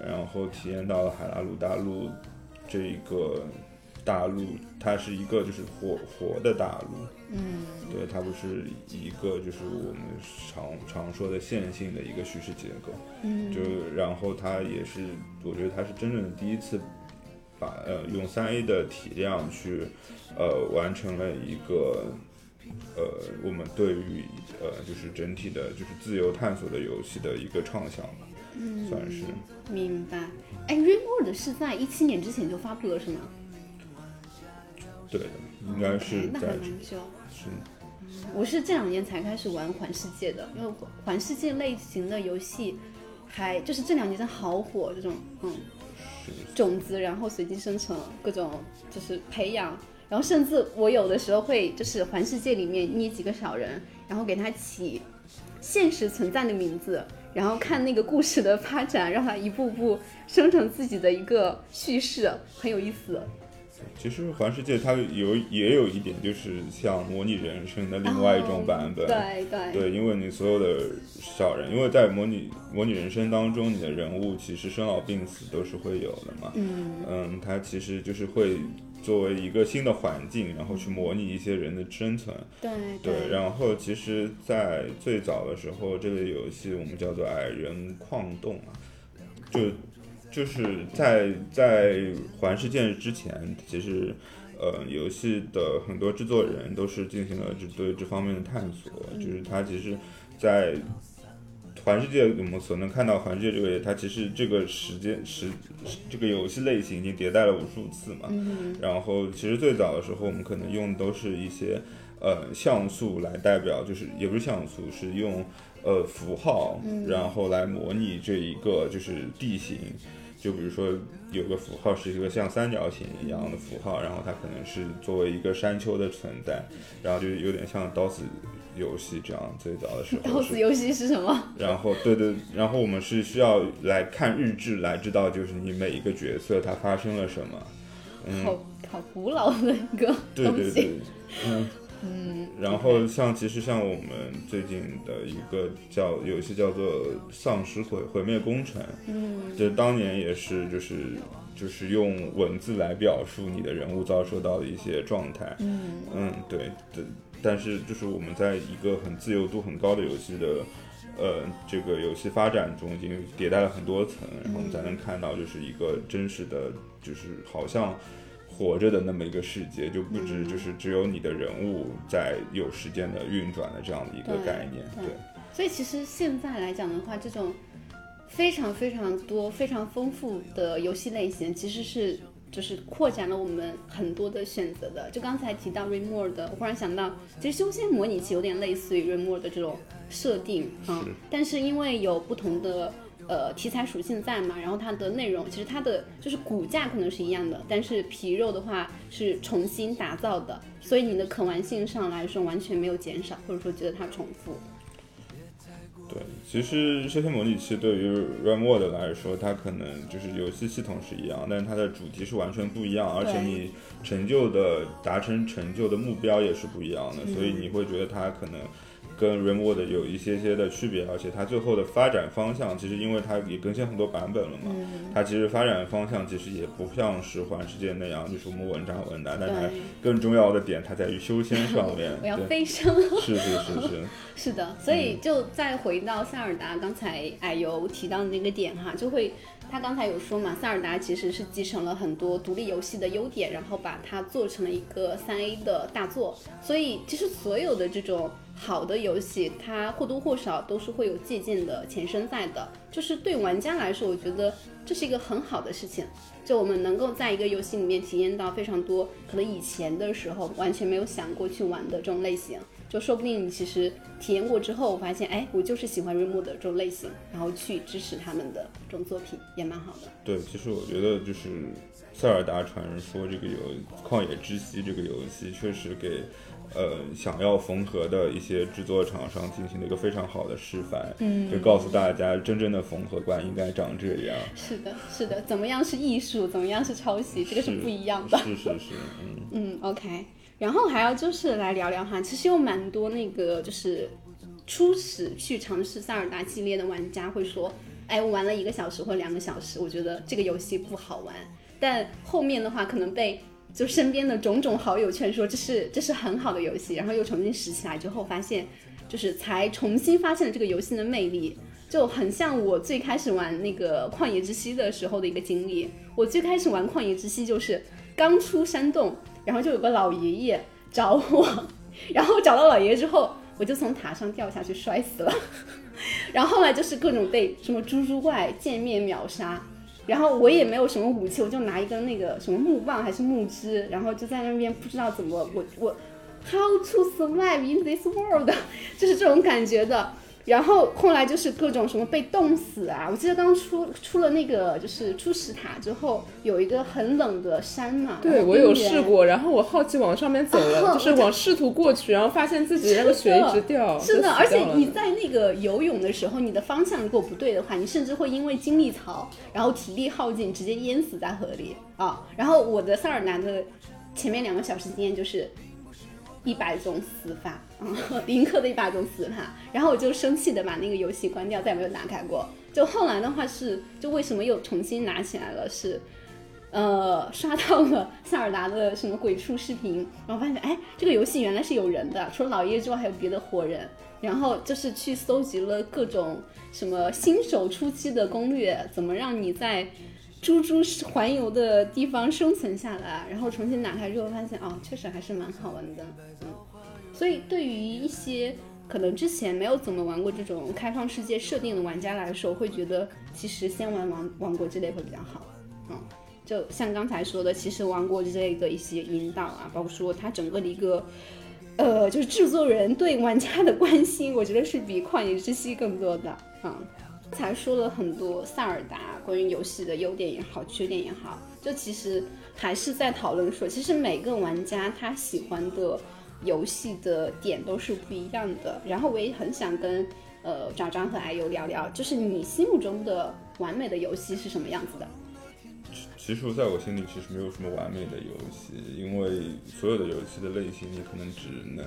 [SPEAKER 3] 然后体验到了海拉鲁大陆这一个大陆，它是一个就是活活的大陆，
[SPEAKER 1] 嗯，
[SPEAKER 3] 对，它不是一个就是我们常常说的线性的一个叙事结构。
[SPEAKER 1] 嗯，
[SPEAKER 3] 就然后他也是，我觉得他是真正的第一次把呃用三 A 的体量去呃完成了一个呃我们对于呃就是整体的就是自由探索的游戏的一个畅想吧，
[SPEAKER 1] 嗯
[SPEAKER 3] 算是。
[SPEAKER 1] 明白。哎，Rimworld 是在一七年之前就发布了是吗？
[SPEAKER 3] 对的，应该呃是
[SPEAKER 1] 嗯那
[SPEAKER 3] 在
[SPEAKER 1] 还蛮久。
[SPEAKER 3] 是
[SPEAKER 1] 我是这两年才开始玩环世界的，因为环世界类型的游戏还就是这两年真的好火，这种嗯
[SPEAKER 3] 是
[SPEAKER 1] 种子，然后随机生成各种就是培养，然后甚至我有的时候会就是环世界里面捏几个小人，然后给他起现实存在的名字，然后看那个故事的发展，让他一步步生成自己的一个叙事，很有意思。
[SPEAKER 3] 其实环世界它有也有一点就是像模拟人生的另外一种版本，
[SPEAKER 1] 哦对对
[SPEAKER 3] 对，因为你所有的小人，因为在模拟模拟人生当中，你的人物其实生老病死都是会有的嘛。
[SPEAKER 1] 嗯
[SPEAKER 3] 嗯，它其实就是会作为一个新的环境，然后去模拟一些人的生存。
[SPEAKER 1] 对
[SPEAKER 3] 对，然后其实，在最早的时候，这类游戏我们叫做矮人矿洞啊，就就是在在环世界之前，其实。呃，游戏的很多制作人都是进行了这对这方面的探索，就是它其实，在环世界我们所能看到环世界这个，它其实这个时间时这个游戏类型已经迭代了无数次嘛，
[SPEAKER 1] 嗯
[SPEAKER 3] 然后其实最早的时候，我们可能用都是一些呃像素来代表，就是也不是像素，是用呃符号，
[SPEAKER 1] 嗯
[SPEAKER 3] 然后来模拟这一个就是地形。就比如说有个符号是一个像三角形一样的符号，然后它可能是作为一个山丘的存在，然后就有点像 DOS 游戏这样最早的时候
[SPEAKER 1] ，DOS
[SPEAKER 3] 是
[SPEAKER 1] 游戏是什么？
[SPEAKER 3] 然后对对，然后我们是需要来看日志来知道，就是你每一个角色它发生了什么。嗯，
[SPEAKER 1] 好好古老的一个
[SPEAKER 3] 对
[SPEAKER 1] 东
[SPEAKER 3] 对
[SPEAKER 1] 西。
[SPEAKER 3] 对，嗯嗯。然后像其实像我们最近的一个叫有一些叫做《丧尸毁毁灭工程》，
[SPEAKER 1] 嗯，
[SPEAKER 3] 就当年也是就是就是用文字来表述你的人物遭受到的一些状态。
[SPEAKER 1] 嗯
[SPEAKER 3] 嗯，对对，但是就是我们在一个很自由度很高的游戏的，呃，这个游戏发展中已经迭代了很多层，然后我们才能看到就是一个真实的，就是好像活着的那么一个世界，就不止就是只有你的人物在有时间的运转的这样的一个
[SPEAKER 1] 对
[SPEAKER 3] 概念，
[SPEAKER 1] 对
[SPEAKER 3] 对，
[SPEAKER 1] 所以其实现在来讲的话，这种非常非常多、非常丰富的游戏类型，其实是就是扩展了我们很多的选择的。就刚才提到 r e m o r 的，我忽然想到，其实修仙模拟器有点类似于 r e m o r 的这种设定啊、
[SPEAKER 3] 是
[SPEAKER 1] 但是因为有不同的。呃，题材属性在嘛，然后它的内容其实它的就是骨架可能是一样的，但是皮肉的话是重新打造的，所以你的可玩性上来说完全没有减少，或者说觉得它重复。
[SPEAKER 3] 对，其实修仙模拟器对于 REMOD 来说，它可能就是游戏系统是一样，但是它的主题是完全不一样，而且
[SPEAKER 1] 对
[SPEAKER 3] 你成就的达成成就的目标也是不一样的，所以
[SPEAKER 1] 嗯
[SPEAKER 3] 你会觉得它可能跟 REMOD 有一些些的区别，而且它最后的发展方向，其实因为它也更新很多版本了嘛，
[SPEAKER 1] 嗯
[SPEAKER 3] 它其实发展方向其实也不像是环世界那样，就是我们稳扎稳打，但它
[SPEAKER 1] 对，，
[SPEAKER 3] 更重要的点，它在于修仙上面
[SPEAKER 1] 我要
[SPEAKER 3] 对，
[SPEAKER 1] 飞升。
[SPEAKER 3] 是是是是，
[SPEAKER 1] 是的，所以就再回到塞尔达刚才矮油提到的那个点哈，就会他刚才有说嘛，塞尔达其实是继承了很多独立游戏的优点，然后把它做成了一个三 A 的大作。所以其实所有的这种好的游戏，它或多或少都是会有借鉴的前身在的。就是对玩家来说，我觉得这是一个很好的事情。就我们能够在一个游戏里面体验到非常多可能以前的时候完全没有想过去玩的这种类型，就说不定你其实体验过之后，发现哎，我就是喜欢 Remo 的这种类型，然后去支持他们的这种作品也蛮好的。
[SPEAKER 3] 对，其实我觉得就是《塞尔达传说》这个游《旷野之息》这个游戏，确实给呃想要缝合的一些制作厂商进行了一个非常好的示范，嗯，就告诉大家真正的缝合感应该长这样，
[SPEAKER 1] 是的，是的，怎么样是艺术，怎么样是抄袭，这个是不一样的。
[SPEAKER 3] 是是是，嗯，
[SPEAKER 1] 嗯，OK。然后还要就是来聊聊哈，其实有蛮多那个就是初始去尝试塞尔达系列的玩家会说，哎，我玩了一个小时或两个小时，我觉得这个游戏不好玩。但后面的话，可能被就身边的种种好友劝说，这是这是很好的游戏，然后又重新拾起来之后，发现就是才重新发现了这个游戏的魅力，就很像我最开始玩那个《旷野之息》的时候的一个经历。我最开始玩《旷野之息》就是刚出山洞，然后就有个老爷爷找我，然后找到老爷爷之后，我就从塔上掉下去摔死了。 然后后来就是各种被什么猪猪怪见面秒杀，然后我也没有什么武器，我就拿一根那个什么木棒还是木枝，然后就在那边不知道怎么我我 how to survive in this world，就是 这种感觉的。然后后来就是各种什么被冻死啊！我记得刚出出了那个就是出石塔之后，有一个很冷的山嘛，然
[SPEAKER 2] 对
[SPEAKER 1] 后
[SPEAKER 2] 我有
[SPEAKER 1] 冰原
[SPEAKER 2] 试过，然后我好奇往上面走了，
[SPEAKER 1] 啊
[SPEAKER 2] 就是往试图过去，然后发现自己那个血一直掉，
[SPEAKER 1] 是
[SPEAKER 2] 就
[SPEAKER 1] 的，
[SPEAKER 2] 哦死
[SPEAKER 1] 而且
[SPEAKER 2] 掉了
[SPEAKER 1] 你在那个游泳的时候，你的方向如果不对的话，你甚至会因为精力槽，然后体力耗尽，直接淹死在河里啊。然后我的塞尔达的前面两个小时经验就是一百种死法啊，林克的一百种死法。然后我就生气的把那个游戏关掉，再也没有打开过。就后来的话是，就为什么又重新拿起来了是。呃，刷到了塞尔达的什么鬼畜视频，然后发现，哎，这个游戏原来是有人的，除了老爷之外还有别的活人。然后就是去搜集了各种什么新手初期的攻略，怎么让你在猪猪环游的地方生存下来，然后重新打开之后发现，哦，确实还是蛮好玩的，嗯。所以对于一些可能之前没有怎么玩过这种开放世界设定的玩家来说，会觉得其实先玩王王国之类会比较好，嗯。就像刚才说的，其实王国之类的一些引导啊，包括说它整个的一个，呃，就是制作人对玩家的关心，我觉得是比旷野之息更多的啊。嗯才说了很多塞尔达关于游戏的优点也好，缺点也好，就其实还是在讨论说，其实每个玩家他喜欢的游戏的点都是不一样的。然后我也很想跟呃爪爪和矮油聊聊，就是你心目中的完美的游戏是什么样子的？
[SPEAKER 3] 其实在我心里其实没有什么完美的游戏，因为所有的游戏的类型你可能只能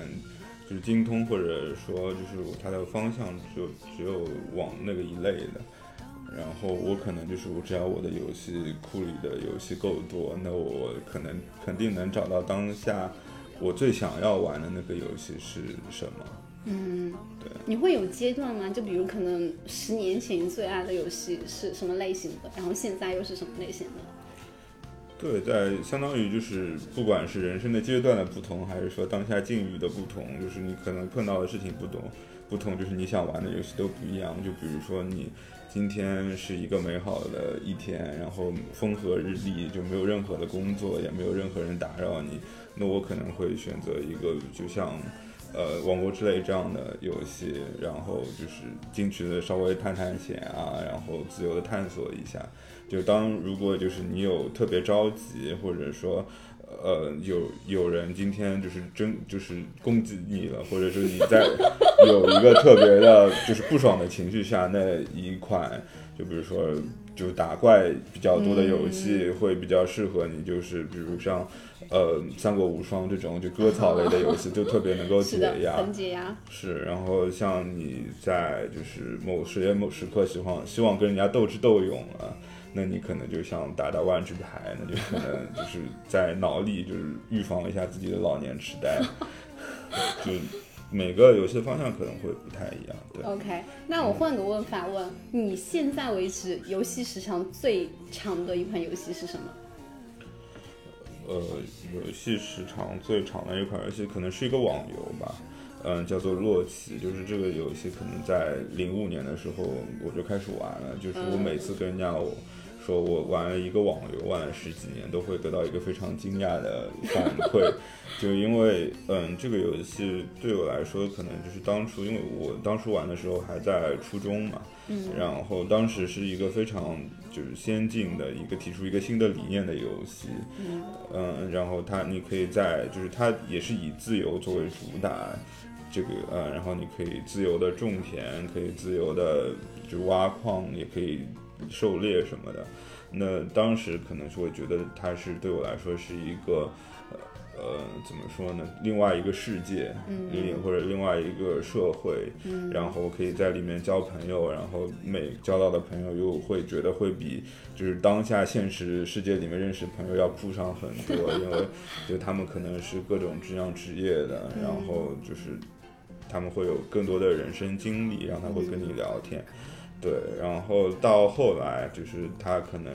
[SPEAKER 3] 就是精通，或者说就是它的方向只有只有往那个一类的。然后我可能就是我只要我的游戏库里的游戏够多，那我可能肯定能找到当下我最想要玩的那个游戏是什么。
[SPEAKER 1] 你会有阶段吗？就比如可能十年前最爱的游戏是什么类型的，然后现在又是什么类型的？
[SPEAKER 3] 对，在相当于就是，不管是人生的阶段的不同，还是说当下境遇的不同，就是你可能碰到的事情不同，不同就是你想玩的游戏都不一样。就比如说你今天是一个美好的一天，然后风和日丽，就没有任何的工作，也没有任何人打扰你，那我可能会选择一个就像。呃，王国之泪这样的游戏，然后就是进去的稍微探探险啊，然后自由的探索一下，就当如果就是你有特别着急，或者说，呃，有有人今天就是真就是攻击你了，或者说你在有一个特别的就是不爽的情绪下，那一款就比如说就打怪比较多的游
[SPEAKER 1] 嗯
[SPEAKER 3] 戏会比较适合你，就是比如像呃《三国无双》这种就割草类的游戏，就特别能够
[SPEAKER 1] 是
[SPEAKER 3] 解
[SPEAKER 1] 的，
[SPEAKER 3] 压。
[SPEAKER 1] 很解压。
[SPEAKER 3] 是，然后像你在就是某时间某时刻希望希望跟人家斗智斗勇了，那你可能就像打打万智牌，那就可能就是在脑力就是预防一下自己的老年痴呆， 就每个游戏方向可能会不太一样，对。
[SPEAKER 1] OK，那我换个问法问，你现在为止游戏时长最长的一款游戏是什么？
[SPEAKER 3] 呃，游戏时长最长的一款游戏可能是一个网游吧，嗯、叫做《洛奇》，就是这个游戏可能在零五年的时候我就开始玩了，就是我
[SPEAKER 1] 嗯
[SPEAKER 3] 每次跟人家我说我玩了一个网游，玩了十几年，都会得到一个非常惊讶的反馈， 就因为嗯，这个游戏对我来说可能就是当初，因为我当初玩的时候还在初中嘛，
[SPEAKER 1] 嗯
[SPEAKER 3] 然后当时是一个非常就是先进的一个提出一个新的理念的游戏，
[SPEAKER 1] 嗯
[SPEAKER 3] 嗯，然后它你可以在就是它也是以自由作为主打，这个呃，然后你可以自由的种田，可以自由的就挖矿，也可以狩猎什么的。那当时可能是我觉得它是对我来说是一个呃呃怎么说呢，另外一个世界，
[SPEAKER 1] 嗯
[SPEAKER 3] 另或者另外一个社会，
[SPEAKER 1] 嗯，
[SPEAKER 3] 然后可以在里面交朋友，然后每交到的朋友又会觉得会比就是当下现实世界里面认识的朋友要铺上很多，因为就他们可能是各种各样职业的，然后就是他们会有更多的人生经历，然后他会跟你聊天，对，然后到后来就是他可能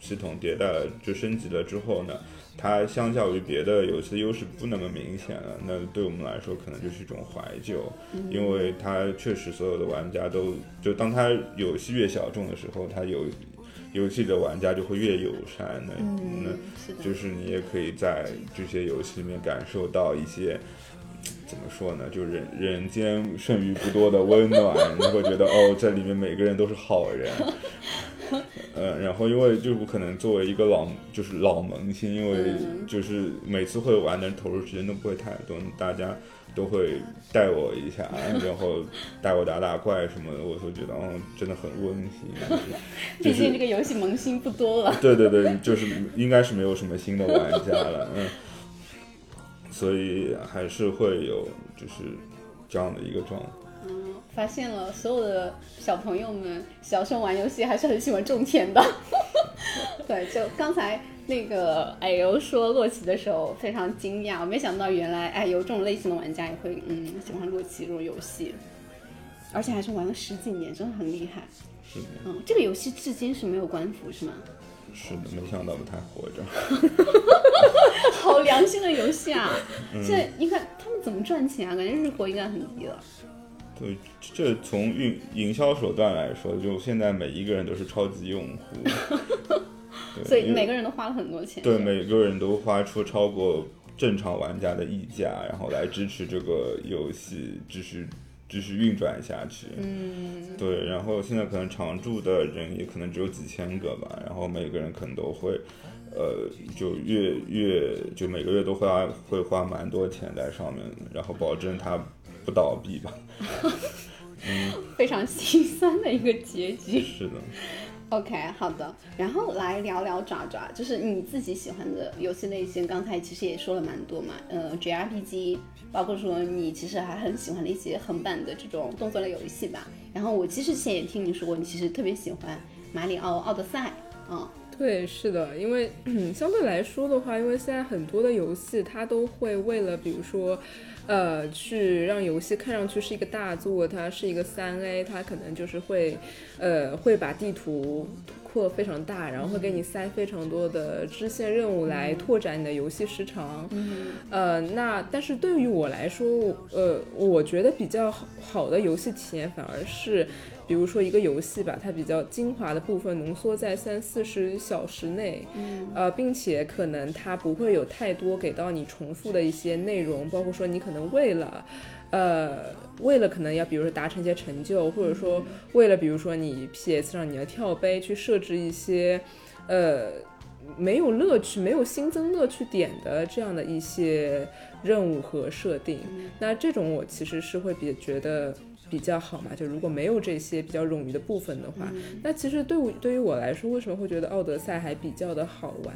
[SPEAKER 3] 系统迭代了就升级了之后呢，它相较于别的游戏的优势不那么明显了，那对我们来说可能就是一种怀旧。因为它确实所有的玩家都，就当它游戏越小众的时候，它有游戏的玩家就会越友善那
[SPEAKER 1] 嗯
[SPEAKER 3] 那
[SPEAKER 1] 是的，
[SPEAKER 3] 就是你也可以在这些游戏里面感受到一些。怎么说呢？就人人间剩余不多的温暖，你会觉得 哦，这里面每个人都是 好人。嗯，然后因为就是我可能作为一个老就是老萌新，因为
[SPEAKER 1] 嗯
[SPEAKER 3] 就是每次会玩的人投入时间都不会太多，大家都会带我一下， 然后带我打打怪什么的，我会觉得哦，真的很温馨。 就是
[SPEAKER 1] 毕竟这个游戏萌新不多了。
[SPEAKER 3] 对对对，就是应该是没有什么新的玩家了，嗯，所以还是会有就是这样的一个状态。
[SPEAKER 1] 嗯，发现了所有的小朋友们小时候玩游戏还是很喜欢种田的。 对，就刚才那个矮油说洛奇的时候，非常惊讶，我没想到原来矮油这种类型的玩家也会嗯喜欢洛奇这种游戏，而且还是玩了十几年，真的很厉害。
[SPEAKER 3] 是的，
[SPEAKER 1] 嗯，这个游戏至今是没有官服是吗？
[SPEAKER 3] 是的，没想到不太活着。
[SPEAKER 1] 好良心的游戏 啊！
[SPEAKER 3] 嗯
[SPEAKER 1] 这应该他们怎么赚钱啊？感觉日活应该很低了。
[SPEAKER 3] 对，这从运营销手段来说，就现在每一个人都是超级用户，对
[SPEAKER 1] 所以
[SPEAKER 3] 因为
[SPEAKER 1] 每个人都花了很多钱。
[SPEAKER 3] 对，每个人都花出超过正常玩家的溢价，然后来支持这个游戏继续继续运转下去。
[SPEAKER 1] 嗯，
[SPEAKER 3] 对，然后现在可能常住的人也可能只有几千个吧，然后每个人可能都会，呃，就月月就每个月都花会花蛮多钱在上面，然后保证它不倒闭吧。
[SPEAKER 1] 非常心酸的一个结局。
[SPEAKER 3] 是的，
[SPEAKER 1] OK，好的，然后来聊聊爪爪，就是你自己喜欢的游戏类型。刚才其实也说了蛮多嘛，呃，JRPG，包括说你其实还很喜欢的一些横版的这种动作类游戏吧。然后我其实之前也听你说过，你其实特别喜欢马里奥奥德赛，嗯，
[SPEAKER 2] 对，是的，因为 嗯相对来说的话，因为现在很多的游戏它都会为了，比如说，呃，去让游戏看上去是一个大作，它是一个三 A，它可能就是会，呃，会把地图扩得非常大，然后会给你塞非常多的支线任务来拓展你的游戏时长。呃，那但是对于我来说，呃，我觉得比较好好的游戏体验反而是，比如说一个游戏吧，它比较精华的部分浓缩在三四十小时内，呃，并且可能它不会有太多给到你重复的一些内容，包括说你可能为了。呃，为了可能要，比如说达成一些成就，或者说为了，比如说你 PS 上你要跳杯，去设置一些，呃，没有乐趣、没有新增乐趣点的这样的一些任务和设定。那这种我其实是会比觉得比较好嘛，就如果没有这些比较冗余的部分的话，那其实对我对于我来说，为什么会觉得《奥德赛》还比较的好玩？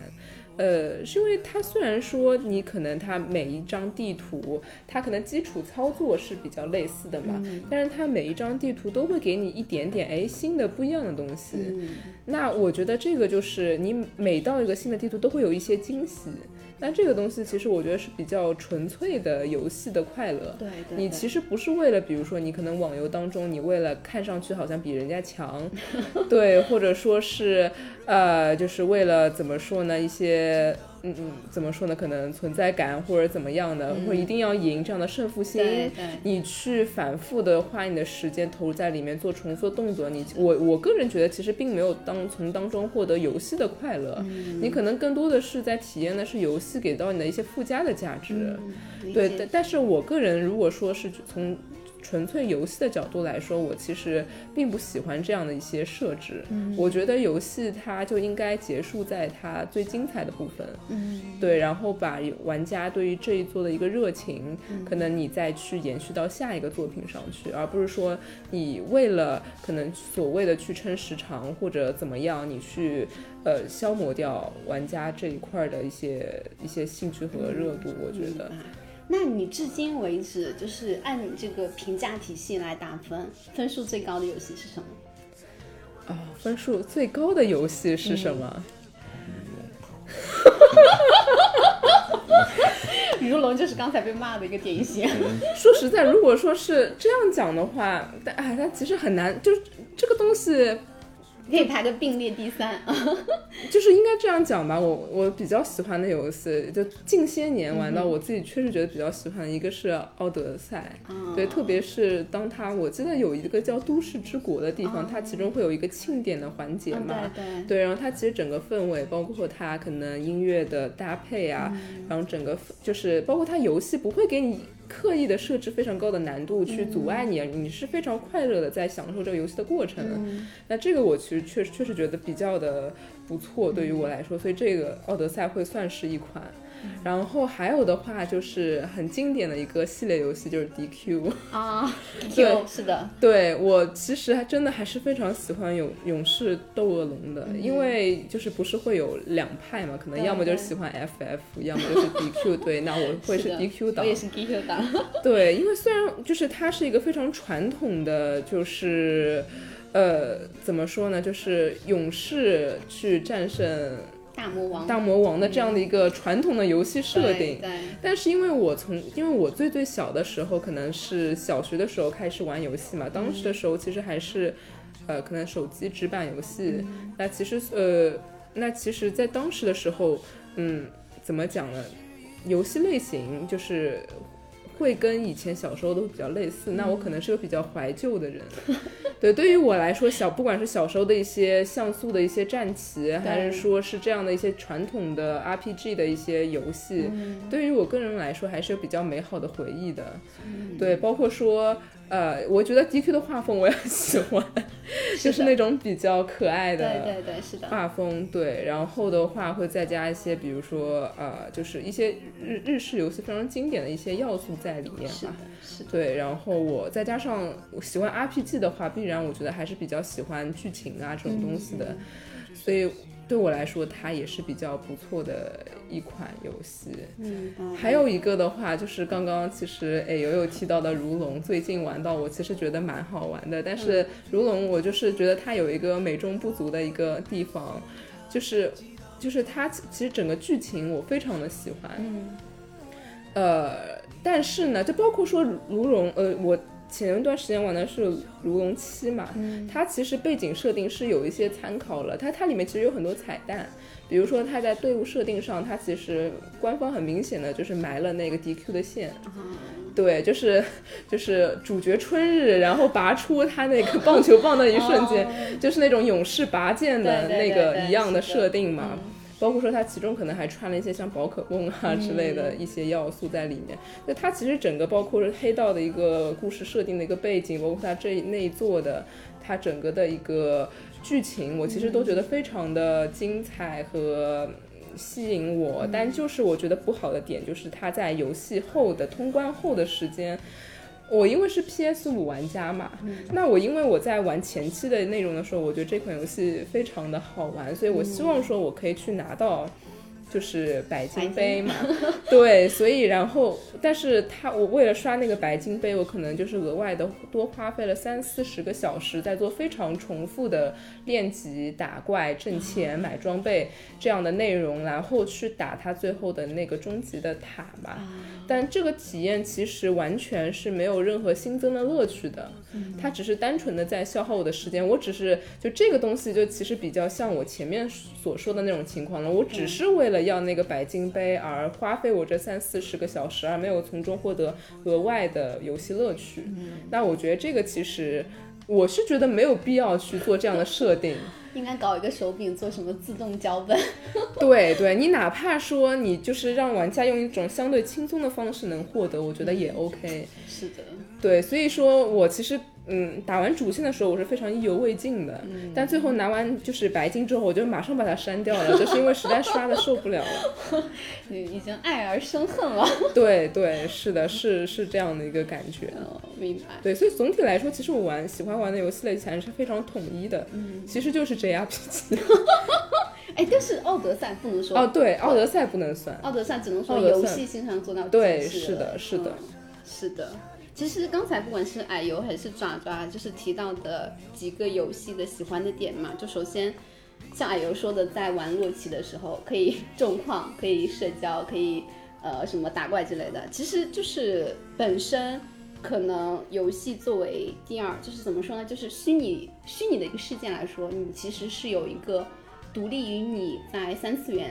[SPEAKER 2] 呃，是因为它虽然说你可能它每一张地图，它可能基础操作是比较类似的嘛，但是它每一张地图都会给你一点点哎新的不一样的东西。
[SPEAKER 1] 嗯
[SPEAKER 2] 那我觉得这个就是你每到一个新的地图都会有一些惊喜。那这个东西其实我觉得是比较纯粹的游戏的快乐。
[SPEAKER 1] 对对对，
[SPEAKER 2] 你其实不是为了，比如说你可能网游当中，你为了看上去好像比人家 强，对，或者说是呃，就是为了怎么说呢，一些嗯嗯，怎么说呢，可能存在感或者怎么样的，或者一定要赢这样的胜负
[SPEAKER 1] 嗯对
[SPEAKER 2] 心。
[SPEAKER 1] 对
[SPEAKER 2] 你去反复的花你的时间投入在里面做重复的动作，你我我个人觉得其实并没有当从当中获得游戏的快乐，你可能更多的是在体验的是游戏给到你的一些附加的价值。
[SPEAKER 1] 嗯理
[SPEAKER 2] 对，
[SPEAKER 1] 解
[SPEAKER 2] 但但是我个人如果说是从纯粹游戏的角度来说，我其实并不喜欢这样的一些设置。
[SPEAKER 1] 嗯
[SPEAKER 2] 我觉得游戏它就应该结束在它最精彩的部分，
[SPEAKER 1] 嗯
[SPEAKER 2] 对，然后把玩家对于这一作的一个热情，
[SPEAKER 1] 嗯
[SPEAKER 2] 可能你再去延续到下一个作品上去，而不是说你为了可能所谓的去撑时长或者怎么样，你去呃消磨掉玩家这一块儿的一些一些兴趣和热
[SPEAKER 1] 嗯
[SPEAKER 2] 度。我觉得。
[SPEAKER 1] 明白啊那你至今为止就是按你这个评价体系来打分，分数最高的游戏是什么？
[SPEAKER 2] 啊、分数最高的游戏是什么？
[SPEAKER 1] 《如龙》就是刚才被骂的一个典型。
[SPEAKER 2] 说实在，如果说是这样讲的话，但哎，它其实很难，就是这个东西，
[SPEAKER 1] 可以排个并列第三啊。
[SPEAKER 2] 就是应该这样讲吧。我我比较喜欢的游戏，就近些年玩到我自己确实觉得比较喜欢，一个是《奥德赛》。对，特别是当它，我记得有一个叫都市之国的地方，它其中会有一个庆典的环节
[SPEAKER 1] 嗯
[SPEAKER 2] 嘛，
[SPEAKER 1] 对
[SPEAKER 2] 对，然后它其实整个氛围，包括它可能音乐的搭配啊，然后整个就是包括它游戏不会给你刻意的设置非常高的难度去阻碍你，啊你是非常快乐的在享受这个游戏的过程。那这个我其实确实确实觉得比较的不错，对于我来说，所以这个《奥德赛》会算是一款。然后还有的话就是很经典的一个系列游戏，就是 DQ。
[SPEAKER 1] 对啊，
[SPEAKER 2] 对
[SPEAKER 1] 有是的，
[SPEAKER 2] 对我其实还真的还是非常喜欢勇勇士斗恶龙的，因为就是不是会有两派嘛，可能
[SPEAKER 1] 对
[SPEAKER 2] 要么就是
[SPEAKER 1] 对
[SPEAKER 2] 喜欢 FF，要么就是 DQ，对，那我会是
[SPEAKER 1] 的
[SPEAKER 2] DQ 党
[SPEAKER 1] 我，也是 DQ 党。
[SPEAKER 2] 对，因为虽然就是它是一个非常传统的，就是呃怎么说呢，就是勇士去战胜
[SPEAKER 1] 大魔王
[SPEAKER 2] 大魔王的这样的一个传统的游戏设
[SPEAKER 1] 对
[SPEAKER 2] 定，
[SPEAKER 1] 对
[SPEAKER 2] 但是因为我从，因为我最最小的时候，可能是小学的时候开始玩游戏嘛，当时的时候其实还是，呃，可能手机直板游戏。那其实呃，那其实，在当时的时候，嗯，怎么讲呢？游戏类型就是会跟以前小时候都比较类似。那我可能是个比较怀旧的人，对，对于我来说，小不管是小时候的一些像素的一些战旗，还是说是这样的一些传统的 RPG 的一些游戏，对于我个人来说还是有比较美好的回忆的。对，包括说，呃，我觉得 DQ 的画风我也很喜欢，就是那种比较可爱的。
[SPEAKER 1] 对对对，是的。
[SPEAKER 2] 画风对，然后的话会再加一些，比如说呃，就是一些日日式游戏非常经典的一些要素在里面
[SPEAKER 1] 是的
[SPEAKER 2] 吧。，
[SPEAKER 1] 是的，
[SPEAKER 2] 对，然后我再加上我喜欢 RPG 的话，必然我觉得还是比较喜欢剧情啊这种东西
[SPEAKER 1] 嗯
[SPEAKER 2] 的，所以对我来说它也是比较不错的一款游戏。
[SPEAKER 1] 嗯，嗯
[SPEAKER 2] 还有一个的话，就是刚刚其实哎诶友友提到的《如龙》，最近玩到我其实觉得蛮
[SPEAKER 1] 嗯
[SPEAKER 2] 好玩的，但是《如龙》我就是觉得它有一个美中不足的一个地方。就是就是它其其实整个剧情我非常的喜欢，
[SPEAKER 1] 嗯
[SPEAKER 2] 呃，但是呢，就包括说卢龙，呃，我前一段时间玩的是卢龙七嘛，
[SPEAKER 1] 嗯
[SPEAKER 2] 它其实背景设定是有一些参考了，它它里面其实有很多彩蛋，比如说它在队伍设定上，它其实官方很明显的就是埋了那个 DQ 的线，对，就是就是主角春日，然后拔出他那个棒球棒的一瞬间，就是那种勇士拔剑的
[SPEAKER 1] 对对对
[SPEAKER 2] 那个
[SPEAKER 1] 对
[SPEAKER 2] 一样的
[SPEAKER 1] 是的
[SPEAKER 2] 设定嘛。包括说它其中可能还穿了一些像宝可梦啊之类的一些要素在里面。那、它其实整个包括是黑道的一个故事设定的一个背景，包括它这内做的，它整个的一个剧情，我其实都觉得非常的精彩和吸引我。但就是我觉得不好的点就是它在游戏后的通关后的时间。我因为是 PS 五玩家嘛，那我因为我在玩前期的内容的时候，我觉得这款游戏非常的好玩，所以我希望说我可以去拿到就是嗯白金杯 嘛，对，所以然后，但是他我为了刷那个白金杯，我可能就是额外的多花费了三四十个小时在做非常重复的练级、打怪、挣钱、买装备这样的内容，然后去打他最后的那个终极的塔嘛。但这个体验其实完全是没有任何新增的乐趣的，它只是单纯的在消耗我的时间。我只是就这个东西，就其实比较像我前面所说的那种情况了。我只是为了要那个白金杯而花费我这三四十个小时，而没有从中获得额外的游戏乐趣。那我觉得这个其实我是觉得没有必要去做这样的设定。
[SPEAKER 1] 应该搞一个手柄做什么自动脚本，
[SPEAKER 2] 对对，你哪怕说你就是让玩家用一种相对轻松的方式能获得，我觉得也 OK。
[SPEAKER 1] 是的，
[SPEAKER 2] 对，所以说我其实嗯打完主线的时候我是非常意犹未尽的，但最后拿完就是白金之后，我就马上把它删掉了，就是因为实在刷的受不了了。
[SPEAKER 1] 你已经爱而生恨了。
[SPEAKER 2] 对对，是的，是是这样的一个感觉。
[SPEAKER 1] 哦，明白。
[SPEAKER 2] 对，所以总体来说，其实我玩喜欢玩的游戏类型还是非常统一的，其实就是 JRPG。
[SPEAKER 1] 哎，但是奥德赛不能说，
[SPEAKER 2] 哦，对，奥德赛不能算。
[SPEAKER 1] 奥德赛只能说
[SPEAKER 2] 奥德赛
[SPEAKER 1] 游戏性上做到
[SPEAKER 2] 对
[SPEAKER 1] 极致
[SPEAKER 2] 是的
[SPEAKER 1] 了
[SPEAKER 2] 是的
[SPEAKER 1] 嗯是的。其实刚才不管是矮油还是爪爪，就是提到的几个游戏的喜欢的点嘛，就首先。像矮油说的，在玩洛奇的时候，可以种矿，可以社交，可以呃什么打怪之类的。其实就是本身可能游戏作为第二，就是怎么说呢，就是虚拟虚拟的一个事件来说，你其实是有一个独立于你在三次元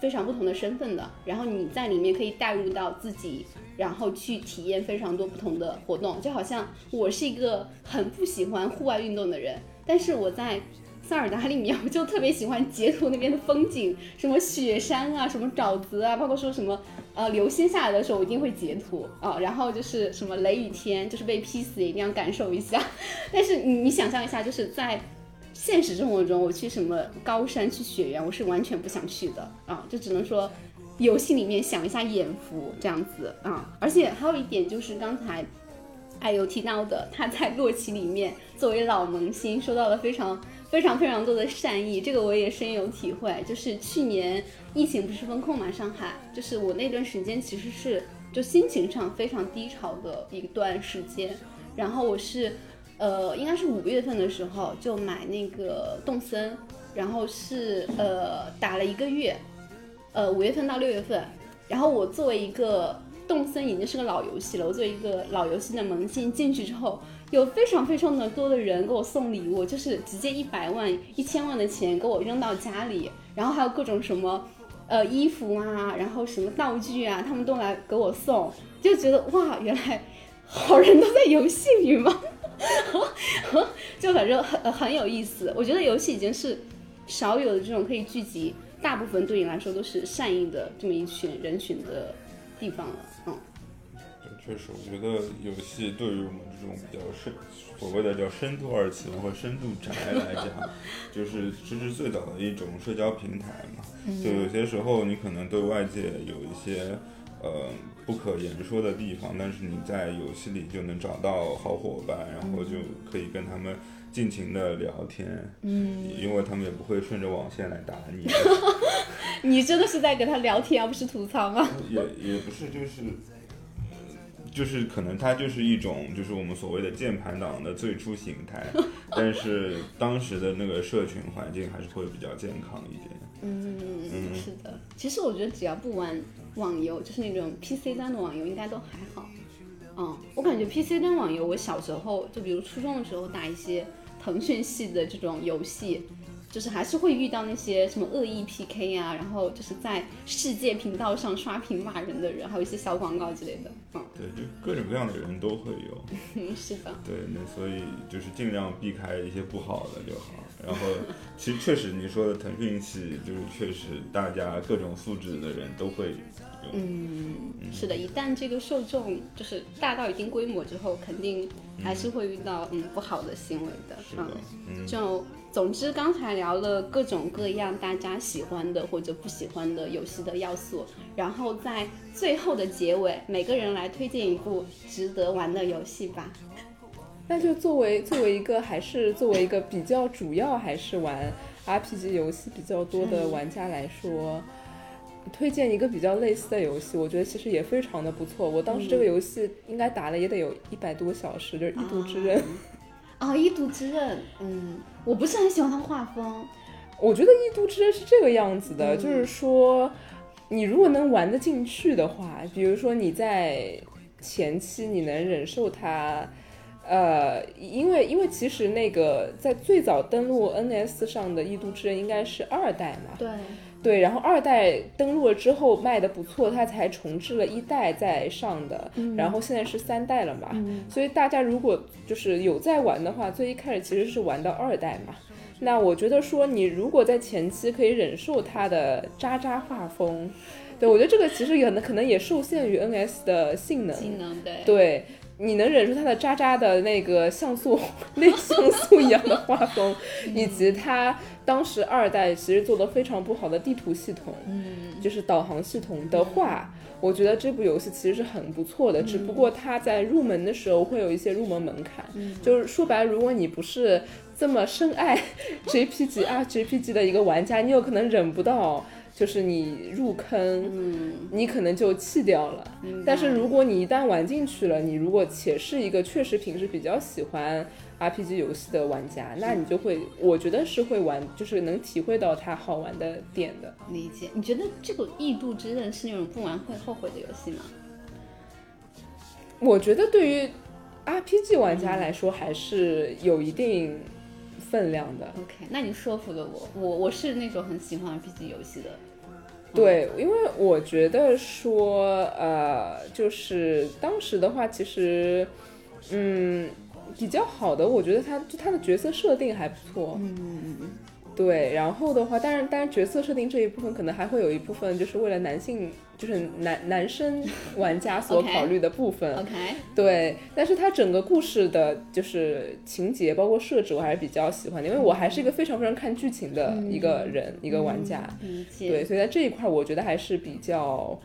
[SPEAKER 1] 非常不同的身份的，然后你在里面可以带入到自己，然后去体验非常多不同的活动。就好像我是一个很不喜欢户外运动的人，但是我在塞尔达里面，我就特别喜欢截图那边的风景，什么雪山啊，什么沼泽啊，包括说什么呃流星下来的时候，我一定会截图啊、然后就是什么雷雨天，就是被劈死也一定要感受一下。 但是你你想象一下，就是在现实生活中，我去什么高山、去雪原，我是完全不想去的啊，就只能说游戏里面享一下眼福这样子啊。而且还有一点就是刚才哎有提到的，他在洛奇里面作为老萌新，收到了非常非常非常多的善意，这个我也深有体会。就是去年疫情不是封控嘛，上海，就是我那段时间其实是就心情上非常低潮的一段时间，然后我是。呃，应该是五月份的时候就买那个动森，然后是呃打了一个月，呃五月份到六月份，然后我作为一个动森已经是个老游戏了，我作为一个老游戏的萌新进去之后，有非常非常的多的人给我送礼物，就是直接一百万、一千万的钱给我扔到家里，然后还有各种什么。呃，衣服啊，然后什么道具啊，他们都来给我送，就觉得哇，原来好人都在游戏里吗？就反正很呃很有意思。我觉得游戏已经是少有的这种可以聚集大部分对你来说都是善意的这么一群人群的地方了。嗯，
[SPEAKER 3] 对确实，我觉得游戏对于我们这种比较深，所谓的叫深度二次元或深度宅来讲，就是这是最早的一种社交平台嘛。就有些时候你可能对外界有一些呃不可言说的地方，但是你在游戏里就能找到好伙伴，然后就可以跟他们尽情的聊天。嗯，因为他们也不会顺着网线来打你。
[SPEAKER 1] 你真的是在跟他聊天，而不是吐槽吗？
[SPEAKER 3] 呃也也不是，就是就是可能它就是一种就是我们所谓的键盘党的最初形态，但是当时的那个社群环境还是会比较健康一点。
[SPEAKER 1] 嗯，是的。其实我觉得只要不玩网游，就是那种 PC 端的网游，应该都还好。嗯，我感觉 PC 端网游，嗯我小时候就比如初中的时候打一些腾讯系的这种游戏，就是还是会遇到那些什么恶意 PK 啊，然后就是在世界频道上刷屏骂人的人，还有一些小广告之类的。嗯
[SPEAKER 3] 对，就各种各样的人都会有。
[SPEAKER 1] 嗯，是的。
[SPEAKER 3] 对，那所以就是尽量避开一些不好的就好。然后，其实确实你说的腾讯系，就是确实大家各种素质的人都会有。
[SPEAKER 1] 嗯，是的，一旦这个受众就是大到一定规模之后，肯定还是会遇到嗯不好的行为的。
[SPEAKER 3] 是
[SPEAKER 1] 嗯
[SPEAKER 3] 的，，嗯，
[SPEAKER 1] 就总之刚才聊了各种各样大家喜欢的或者不喜欢的游戏的要素，然后在最后的结尾，每个人来推荐一部值得玩的游戏吧。
[SPEAKER 2] 那就作为作为一个还是作为一个比较主要还是玩 RPG 游戏比较多的玩家来说，推荐一个比较类似的游戏，我觉得其实也非常的不错。我当时这个游戏应该打了也得有一百多小时，就是《异度之刃》
[SPEAKER 1] 哦，《一度之刃》，嗯，我不是很喜欢它画风，
[SPEAKER 2] 我觉得《异度之刃》是这个样子的，就是说，你如果能玩得进去的话，比如说你在前期你能忍受它，呃，因为因为其实那个在最早登陆 NS 上的《异度之刃》应该是二代嘛，
[SPEAKER 1] 对，
[SPEAKER 2] 对，然后二代登陆了之后卖的不错，它才重置了一代再上的，
[SPEAKER 1] 嗯
[SPEAKER 2] 然后现在是三代了嘛，所以大家如果就是有在玩的话，最一开始其实是玩到二代嘛。那我觉得说，你如果在前期可以忍受它的渣渣画风，对我觉得这个其实可能可能也受限于 NS 的性能，
[SPEAKER 1] 技能对，
[SPEAKER 2] 对，你能忍受它的渣渣的那个像素类像素一样的画风，以及它当时二代其实做的非常不好的地图系统，嗯，就是导航系统的话，我觉得这部游戏其实是很不错的，只不过它在入门的时候会有一些入门门槛，就是说白了，如果你不是。这么深爱 JPG 啊 JPG 的一个玩家，你有可能忍不到，就是你入坑，
[SPEAKER 1] 嗯
[SPEAKER 2] 你可能就弃掉了。但是如果你一旦玩进去了，你如果且是一个确实平时比较喜欢 RPG 游戏的玩家，那你就会，我觉得是会玩，就是能体会到它好玩的点的。
[SPEAKER 1] 理解。你觉得这个《异度之刃》是那种不玩会后悔的游戏吗？
[SPEAKER 2] 我觉得对于 RPG 玩家来说，还是有一定分量的。
[SPEAKER 1] OK，那你说服了我，我我是那种很喜欢 RPG 游戏的，
[SPEAKER 2] 对，因为我觉得说，呃，就是当时的话，其实，嗯，比较好的，我觉得他就他的角色设定还不错，嗯，对，然后的话，当然，当然角色设定这一部分可能还会有一部分就是为了男性，就是男男生玩家所
[SPEAKER 1] OK
[SPEAKER 2] 考虑的部分
[SPEAKER 1] OK，
[SPEAKER 2] 对，但是它整个故事的，就是情节包括设置，我还是比较喜欢的，因为我还是一个非常非常看剧情的一个人，一个玩家，
[SPEAKER 1] 理
[SPEAKER 2] 对，
[SPEAKER 1] 解，
[SPEAKER 2] 所以在这一块儿我觉得还是比较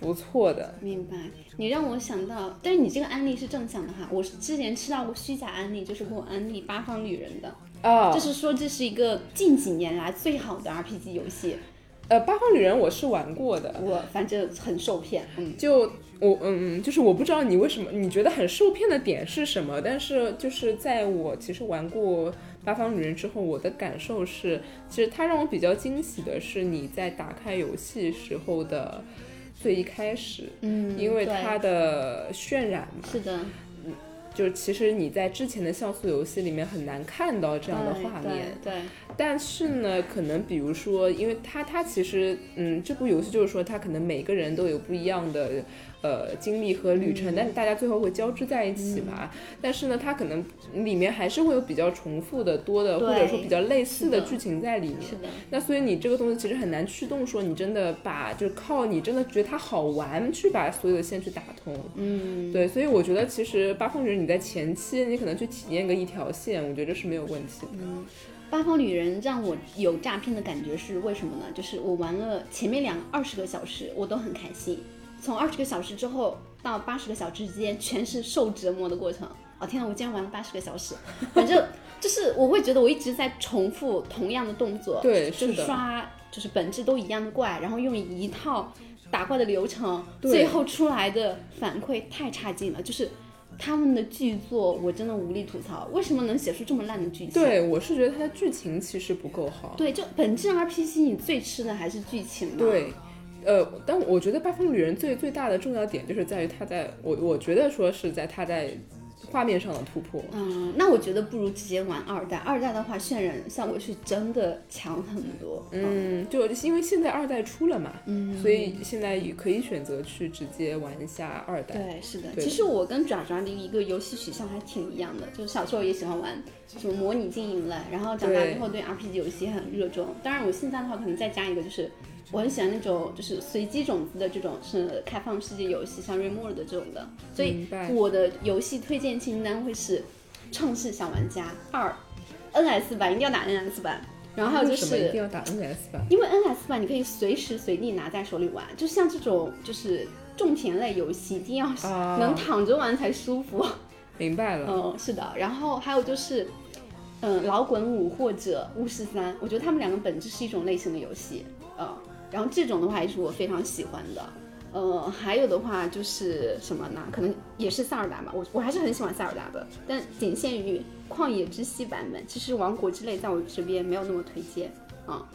[SPEAKER 2] 不错的。
[SPEAKER 1] 明白。你让我想到，但是你这个案例是正向的哈，我是之前吃到过虚假案例，就是给我安利《八方旅人》的，
[SPEAKER 2] 啊，
[SPEAKER 1] 就是说这是一个近几年来最好的 RPG 游戏，
[SPEAKER 2] 呃，《八方旅人》我是玩过的，
[SPEAKER 1] 我反正很受骗，嗯。
[SPEAKER 2] 就我嗯，就是我不知道你为什么你觉得很受骗的点是什么，但是就是在我其实玩过《八方旅人》之后，我的感受是，其实它让我比较惊喜的是你在打开游戏时候的最一开始，
[SPEAKER 1] 嗯，
[SPEAKER 2] 因为
[SPEAKER 1] 对
[SPEAKER 2] 它的渲染嘛，
[SPEAKER 1] 是的，
[SPEAKER 2] 就是其实你在之前的像素游戏里面很难看到这样的
[SPEAKER 1] 对
[SPEAKER 2] 画面，，
[SPEAKER 1] 对，对
[SPEAKER 2] 但是呢，可能比如说，因为它它其实，嗯，这部游戏就是说，它可能每个人都有不一样的呃经历和旅程，但
[SPEAKER 1] 嗯
[SPEAKER 2] 是大家最后会交织在一起嘛。但是呢，它可能里面还是会有比较重复的多的，
[SPEAKER 1] 对
[SPEAKER 2] 或者说比较类似的
[SPEAKER 1] 是的
[SPEAKER 2] 剧情在里面。
[SPEAKER 1] 是的，
[SPEAKER 2] 那所以你这个东西其实很难驱动，说你真的把就是靠你真的觉得它好玩去把所有的线去打通。嗯，对，所以我觉得其实八方人你在前期你可能去体验个一条线，我觉得这是没有问题的。
[SPEAKER 1] 八方旅人让我有诈骗的感觉是为什么呢？就是我玩了前面两二十个小时，我都很开心，从二十个小时之后到八十个小时之间，全是受折磨的过程。哦天呐，我竟然玩了八十个小时，反 正就是我会觉得我一直在重复同样的动作，
[SPEAKER 2] 对
[SPEAKER 1] 就是
[SPEAKER 2] 的
[SPEAKER 1] 刷，就是本质都一样的怪，然后用一套打怪的流程，
[SPEAKER 2] 对
[SPEAKER 1] 最后出来的反馈太差劲了，就是他们的剧作我真的无力吐槽，为什么能写出这么烂的剧情？
[SPEAKER 2] 对，我是觉得它的剧情其实不够好。
[SPEAKER 1] 对，就本质 RPG 你最吃的还是剧情嘛。，
[SPEAKER 2] 对，呃，但我觉得《八方旅人最》最大的重要点就是在于它在我我觉得说是在它在画面上的突破。
[SPEAKER 1] 嗯，那我觉得不如直接玩二代，二代的话渲染效果是真的强很多。嗯
[SPEAKER 2] 嗯，就因为现在二代出了嘛，所以现在也可以选择去直接玩一下二代。
[SPEAKER 1] 对，是的。
[SPEAKER 2] 对
[SPEAKER 1] 其实我跟爪爪的一个游戏取向还挺一样的，就是小时候也喜欢玩什么模拟经营类，然后长大
[SPEAKER 2] 对
[SPEAKER 1] 之后对 RPG 游戏很热衷。当然，我现在的话可能再加一个，就是我很喜欢那种就是随机种子的这种是开放世界游戏，像 r e m o r 的这种的。所以
[SPEAKER 2] 明白
[SPEAKER 1] 我的游戏推荐清单会是《创世小玩家二》，NS 版一定要打 NS 版，然后还有就
[SPEAKER 2] 为什么一
[SPEAKER 1] 是
[SPEAKER 2] 定。要打 NS 版？
[SPEAKER 1] 因为 NS 版你可以随时随地拿在手里玩，就像这种就是种田类游戏，一定要
[SPEAKER 2] 啊
[SPEAKER 1] 能躺着玩才舒服。
[SPEAKER 2] 明白了。
[SPEAKER 1] 嗯，是的。然后还有就是，嗯，老滚五或者巫师三，我觉得他们两个本质是一种类型的游戏。嗯，然后这种的话也是我非常喜欢的。呃，还有的话就是什么呢？可能也是塞尔达吧，我我还是很喜欢塞尔达的，但仅限于旷野之息版本。其实王国之泪在我这边没有那么推荐啊、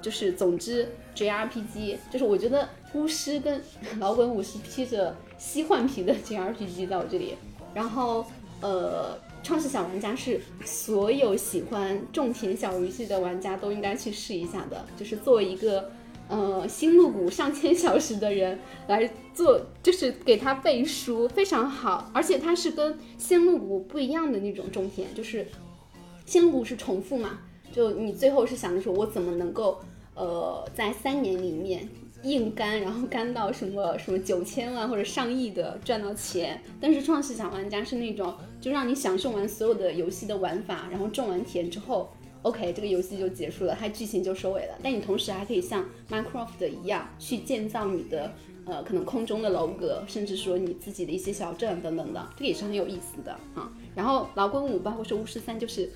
[SPEAKER 1] 就是总之 JRPG，就是我觉得巫师跟 老滚舞是披着西幻皮的 JRPG 在我这里，然后呃，创世小玩家是所有喜欢种田小游戏的玩家都应该去试一下的，就是作为一个呃新入股上千小时的人来做，就是给他背书非常好，而且它是跟仙露谷不一样的那种种田，就是仙露谷是重复嘛，就你最后是想着说我怎么能够呃在三年里面硬干，然后干到什么什么九千万或者上亿的赚到钱。但是创世小玩家是那种就让你享受完所有的游戏的玩法，然后种完田之后。OK，这个游戏就结束了，它剧情就收尾了。但你同时还可以像 Minecraft 一样去建造你的呃可能空中的楼阁，甚至说你自己的一些小镇等等的，这个也是很有意思的啊。然后老滚五包括是巫师三，就是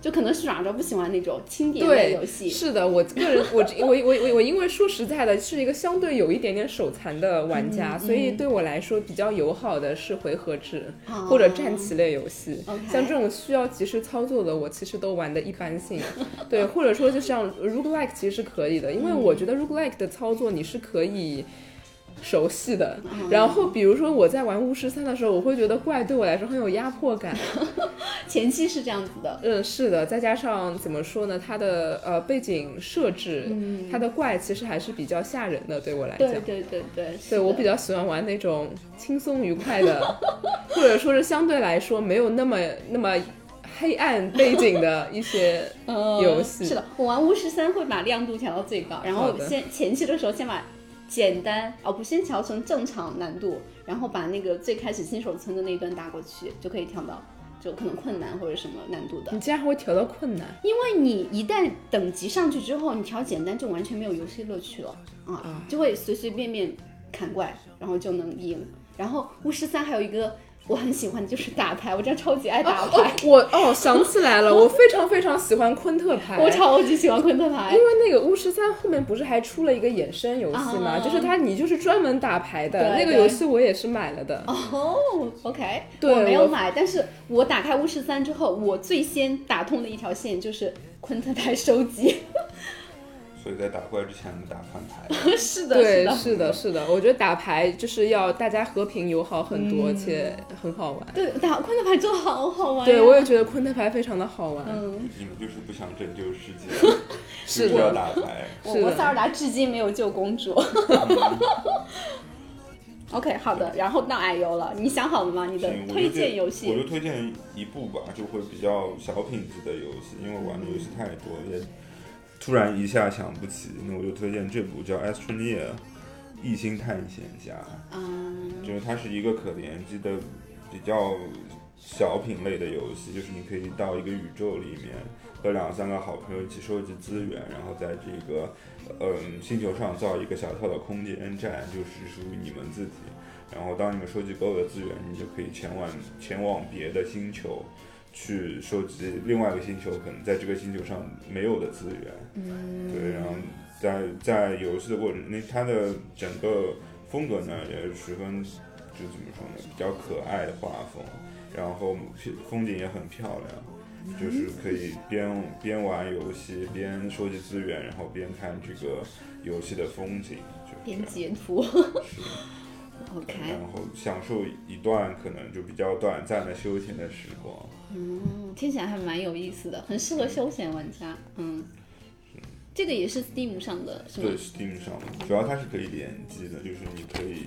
[SPEAKER 1] 就可能是软着不喜欢那种轻点类游戏，
[SPEAKER 2] 是的，我个人我我我我我因为说实在的，是一个相对有一点点手残的玩
[SPEAKER 1] 嗯
[SPEAKER 2] 家，所以对我来说比较友好的是回合制、
[SPEAKER 1] 啊
[SPEAKER 2] 或者战棋类游戏。
[SPEAKER 1] OK
[SPEAKER 2] 像这种需要及时操作的，我其实都玩的一般性。 对，或者说就像 roguelike 其实是可以的，因为我
[SPEAKER 1] 嗯
[SPEAKER 2] 觉得 roguelike 的操作你是可以。熟悉的，
[SPEAKER 1] 嗯
[SPEAKER 2] 然后比如说我在玩巫师三的时候，我会觉得怪对我来说很有压迫感，
[SPEAKER 1] 前期是这样子的。
[SPEAKER 2] 嗯，是的，再加上怎么说呢，它的呃背景设置，它的怪其实还是比较吓人的，对我来讲。
[SPEAKER 1] 嗯对对对对，是
[SPEAKER 2] 对
[SPEAKER 1] 的
[SPEAKER 2] 我比较喜欢玩那种轻松愉快的， 或者说是相对来说没有那么那么黑暗背景的一 些
[SPEAKER 1] 呃
[SPEAKER 2] 游戏。
[SPEAKER 1] 是的，我玩巫师三会把亮度调到最高，然
[SPEAKER 2] 好
[SPEAKER 1] 后
[SPEAKER 2] 的
[SPEAKER 1] 先前期的时候先把简单哦不先调成正常难度，然后把那个最开始新手村的那一段打过去，就可以调到就可能困难或者什么难度的
[SPEAKER 2] 你。竟然还会调到困难
[SPEAKER 1] 因为你一旦等级上去之后，你调简单就完全没有游戏乐趣了啊，就会随随便便砍怪，然后就能赢。然后巫师三还有一个我很喜欢的就是打牌，我真的超级爱打牌，
[SPEAKER 2] 我哦，想起来了，我非常非常喜欢昆特牌。
[SPEAKER 1] 我超级喜欢昆特牌
[SPEAKER 2] 因。为那个巫师三后面不是还出了一个衍生游戏嘛，
[SPEAKER 1] 啊
[SPEAKER 2] 就是它你就是专门打牌的
[SPEAKER 1] 对
[SPEAKER 2] 那个
[SPEAKER 1] 对
[SPEAKER 2] 游戏，我也是买了的。
[SPEAKER 1] 哦，OK，
[SPEAKER 2] 对
[SPEAKER 1] 我没有
[SPEAKER 2] 我
[SPEAKER 1] 买，但是我打开巫师三之后，我最先打通的一条线就是昆特牌收集。
[SPEAKER 3] 所以在打怪之前，我们打翻牌。
[SPEAKER 1] 是的，是
[SPEAKER 2] 对，
[SPEAKER 1] 的。
[SPEAKER 2] 是的，是的，我觉得打牌就是要大家和平友好很多，且很好玩。
[SPEAKER 1] 对，打昆特牌真的好好玩呀。啊
[SPEAKER 2] 嗯对，啊我也觉得昆特牌非常的好玩。
[SPEAKER 1] 嗯，
[SPEAKER 3] 你们就是不想拯救世界，
[SPEAKER 2] 是
[SPEAKER 3] 就是要
[SPEAKER 2] 的，
[SPEAKER 3] 打牌。
[SPEAKER 1] 我
[SPEAKER 2] 是的
[SPEAKER 1] 我塞尔达至今没有救公主。OK，好的，然后到矮油了，你想好了吗？你的
[SPEAKER 3] 嗯我就
[SPEAKER 1] 推荐游
[SPEAKER 3] 我
[SPEAKER 1] 戏
[SPEAKER 3] 就推荐一部吧，就会比较小品质的游戏，因为玩的游戏太多，也突然一下想不起。那我就推荐这部叫《Astroneer》异星探险家，
[SPEAKER 1] 嗯，
[SPEAKER 3] 就是它是一个可联机的比较小品类的游戏，就是你可以到一个宇宙里面和两三个好朋友一起收集资源，然后在这个嗯星球上造一个小小的空间站，就是属于你们自己。然后当你们收集够的资源，你就可以前往前往别的星球。去收集另外一个星球可能在这个星球上没有的资源，对，然后在在游戏的过程，那它的整个风格呢也是十分，就怎么说呢，比较可爱的画风，然后风景也很漂亮，就是可以边边玩游戏边收集资源，然后边看这个游戏的风景，就是这
[SPEAKER 1] 边
[SPEAKER 3] 样
[SPEAKER 1] 截图。
[SPEAKER 3] 是
[SPEAKER 1] OK，
[SPEAKER 3] 然后享受一段可能就比较短暂的休闲的时光。
[SPEAKER 1] 嗯，听起来还蛮有意思的，很适合休闲玩家。嗯，这个也是 Steam 上的，是吗
[SPEAKER 3] 对？Steam 上的，主要它是可以联机的，就是你可以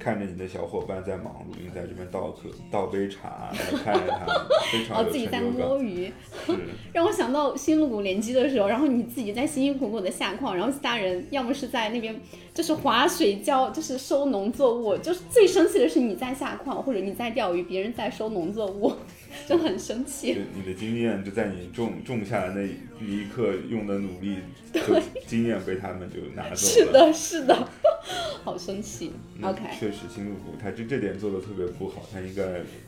[SPEAKER 3] 看着你的小伙伴在忙碌，你在这边倒可倒杯茶，然后看着他们，非
[SPEAKER 1] 哦
[SPEAKER 3] 常，啊有
[SPEAKER 1] 自己在
[SPEAKER 3] 成就感。
[SPEAKER 1] 摸鱼，
[SPEAKER 3] 是，
[SPEAKER 1] 让我想到星露谷联机的时候，然后你自己在辛辛苦苦的下矿，然后其他人要么是在那边就是划水浇，就是收农作物，就是最生气的是你在下矿或者你在钓鱼，别人在收农作物， 就很生气。
[SPEAKER 3] 就你的经验就在你种种下的那一刻用的 努力，就经验被他们就拿走
[SPEAKER 1] 是
[SPEAKER 3] 了。
[SPEAKER 1] 的，是的， 好生气。
[SPEAKER 3] 那
[SPEAKER 1] OK，
[SPEAKER 3] 确实，星露谷他这这点做的特别不好，他应该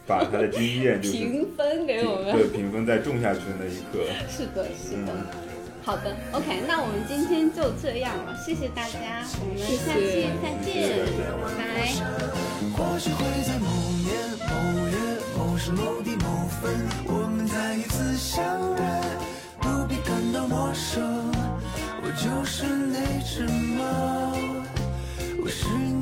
[SPEAKER 3] 把他的经 验就是
[SPEAKER 1] 评分给我们。
[SPEAKER 3] 对评分在种下去的那一刻。
[SPEAKER 1] 是的，是的。
[SPEAKER 3] 嗯
[SPEAKER 1] 好的，OK，那我们今天就这样了，谢谢大家，我们下期再
[SPEAKER 3] 谢谢
[SPEAKER 1] 见，
[SPEAKER 3] 大家
[SPEAKER 1] 拜拜。
[SPEAKER 4] 或许会在某年某月某时某地某分，我们再一次相认，不必感到陌生。我就是那只猫，我是你。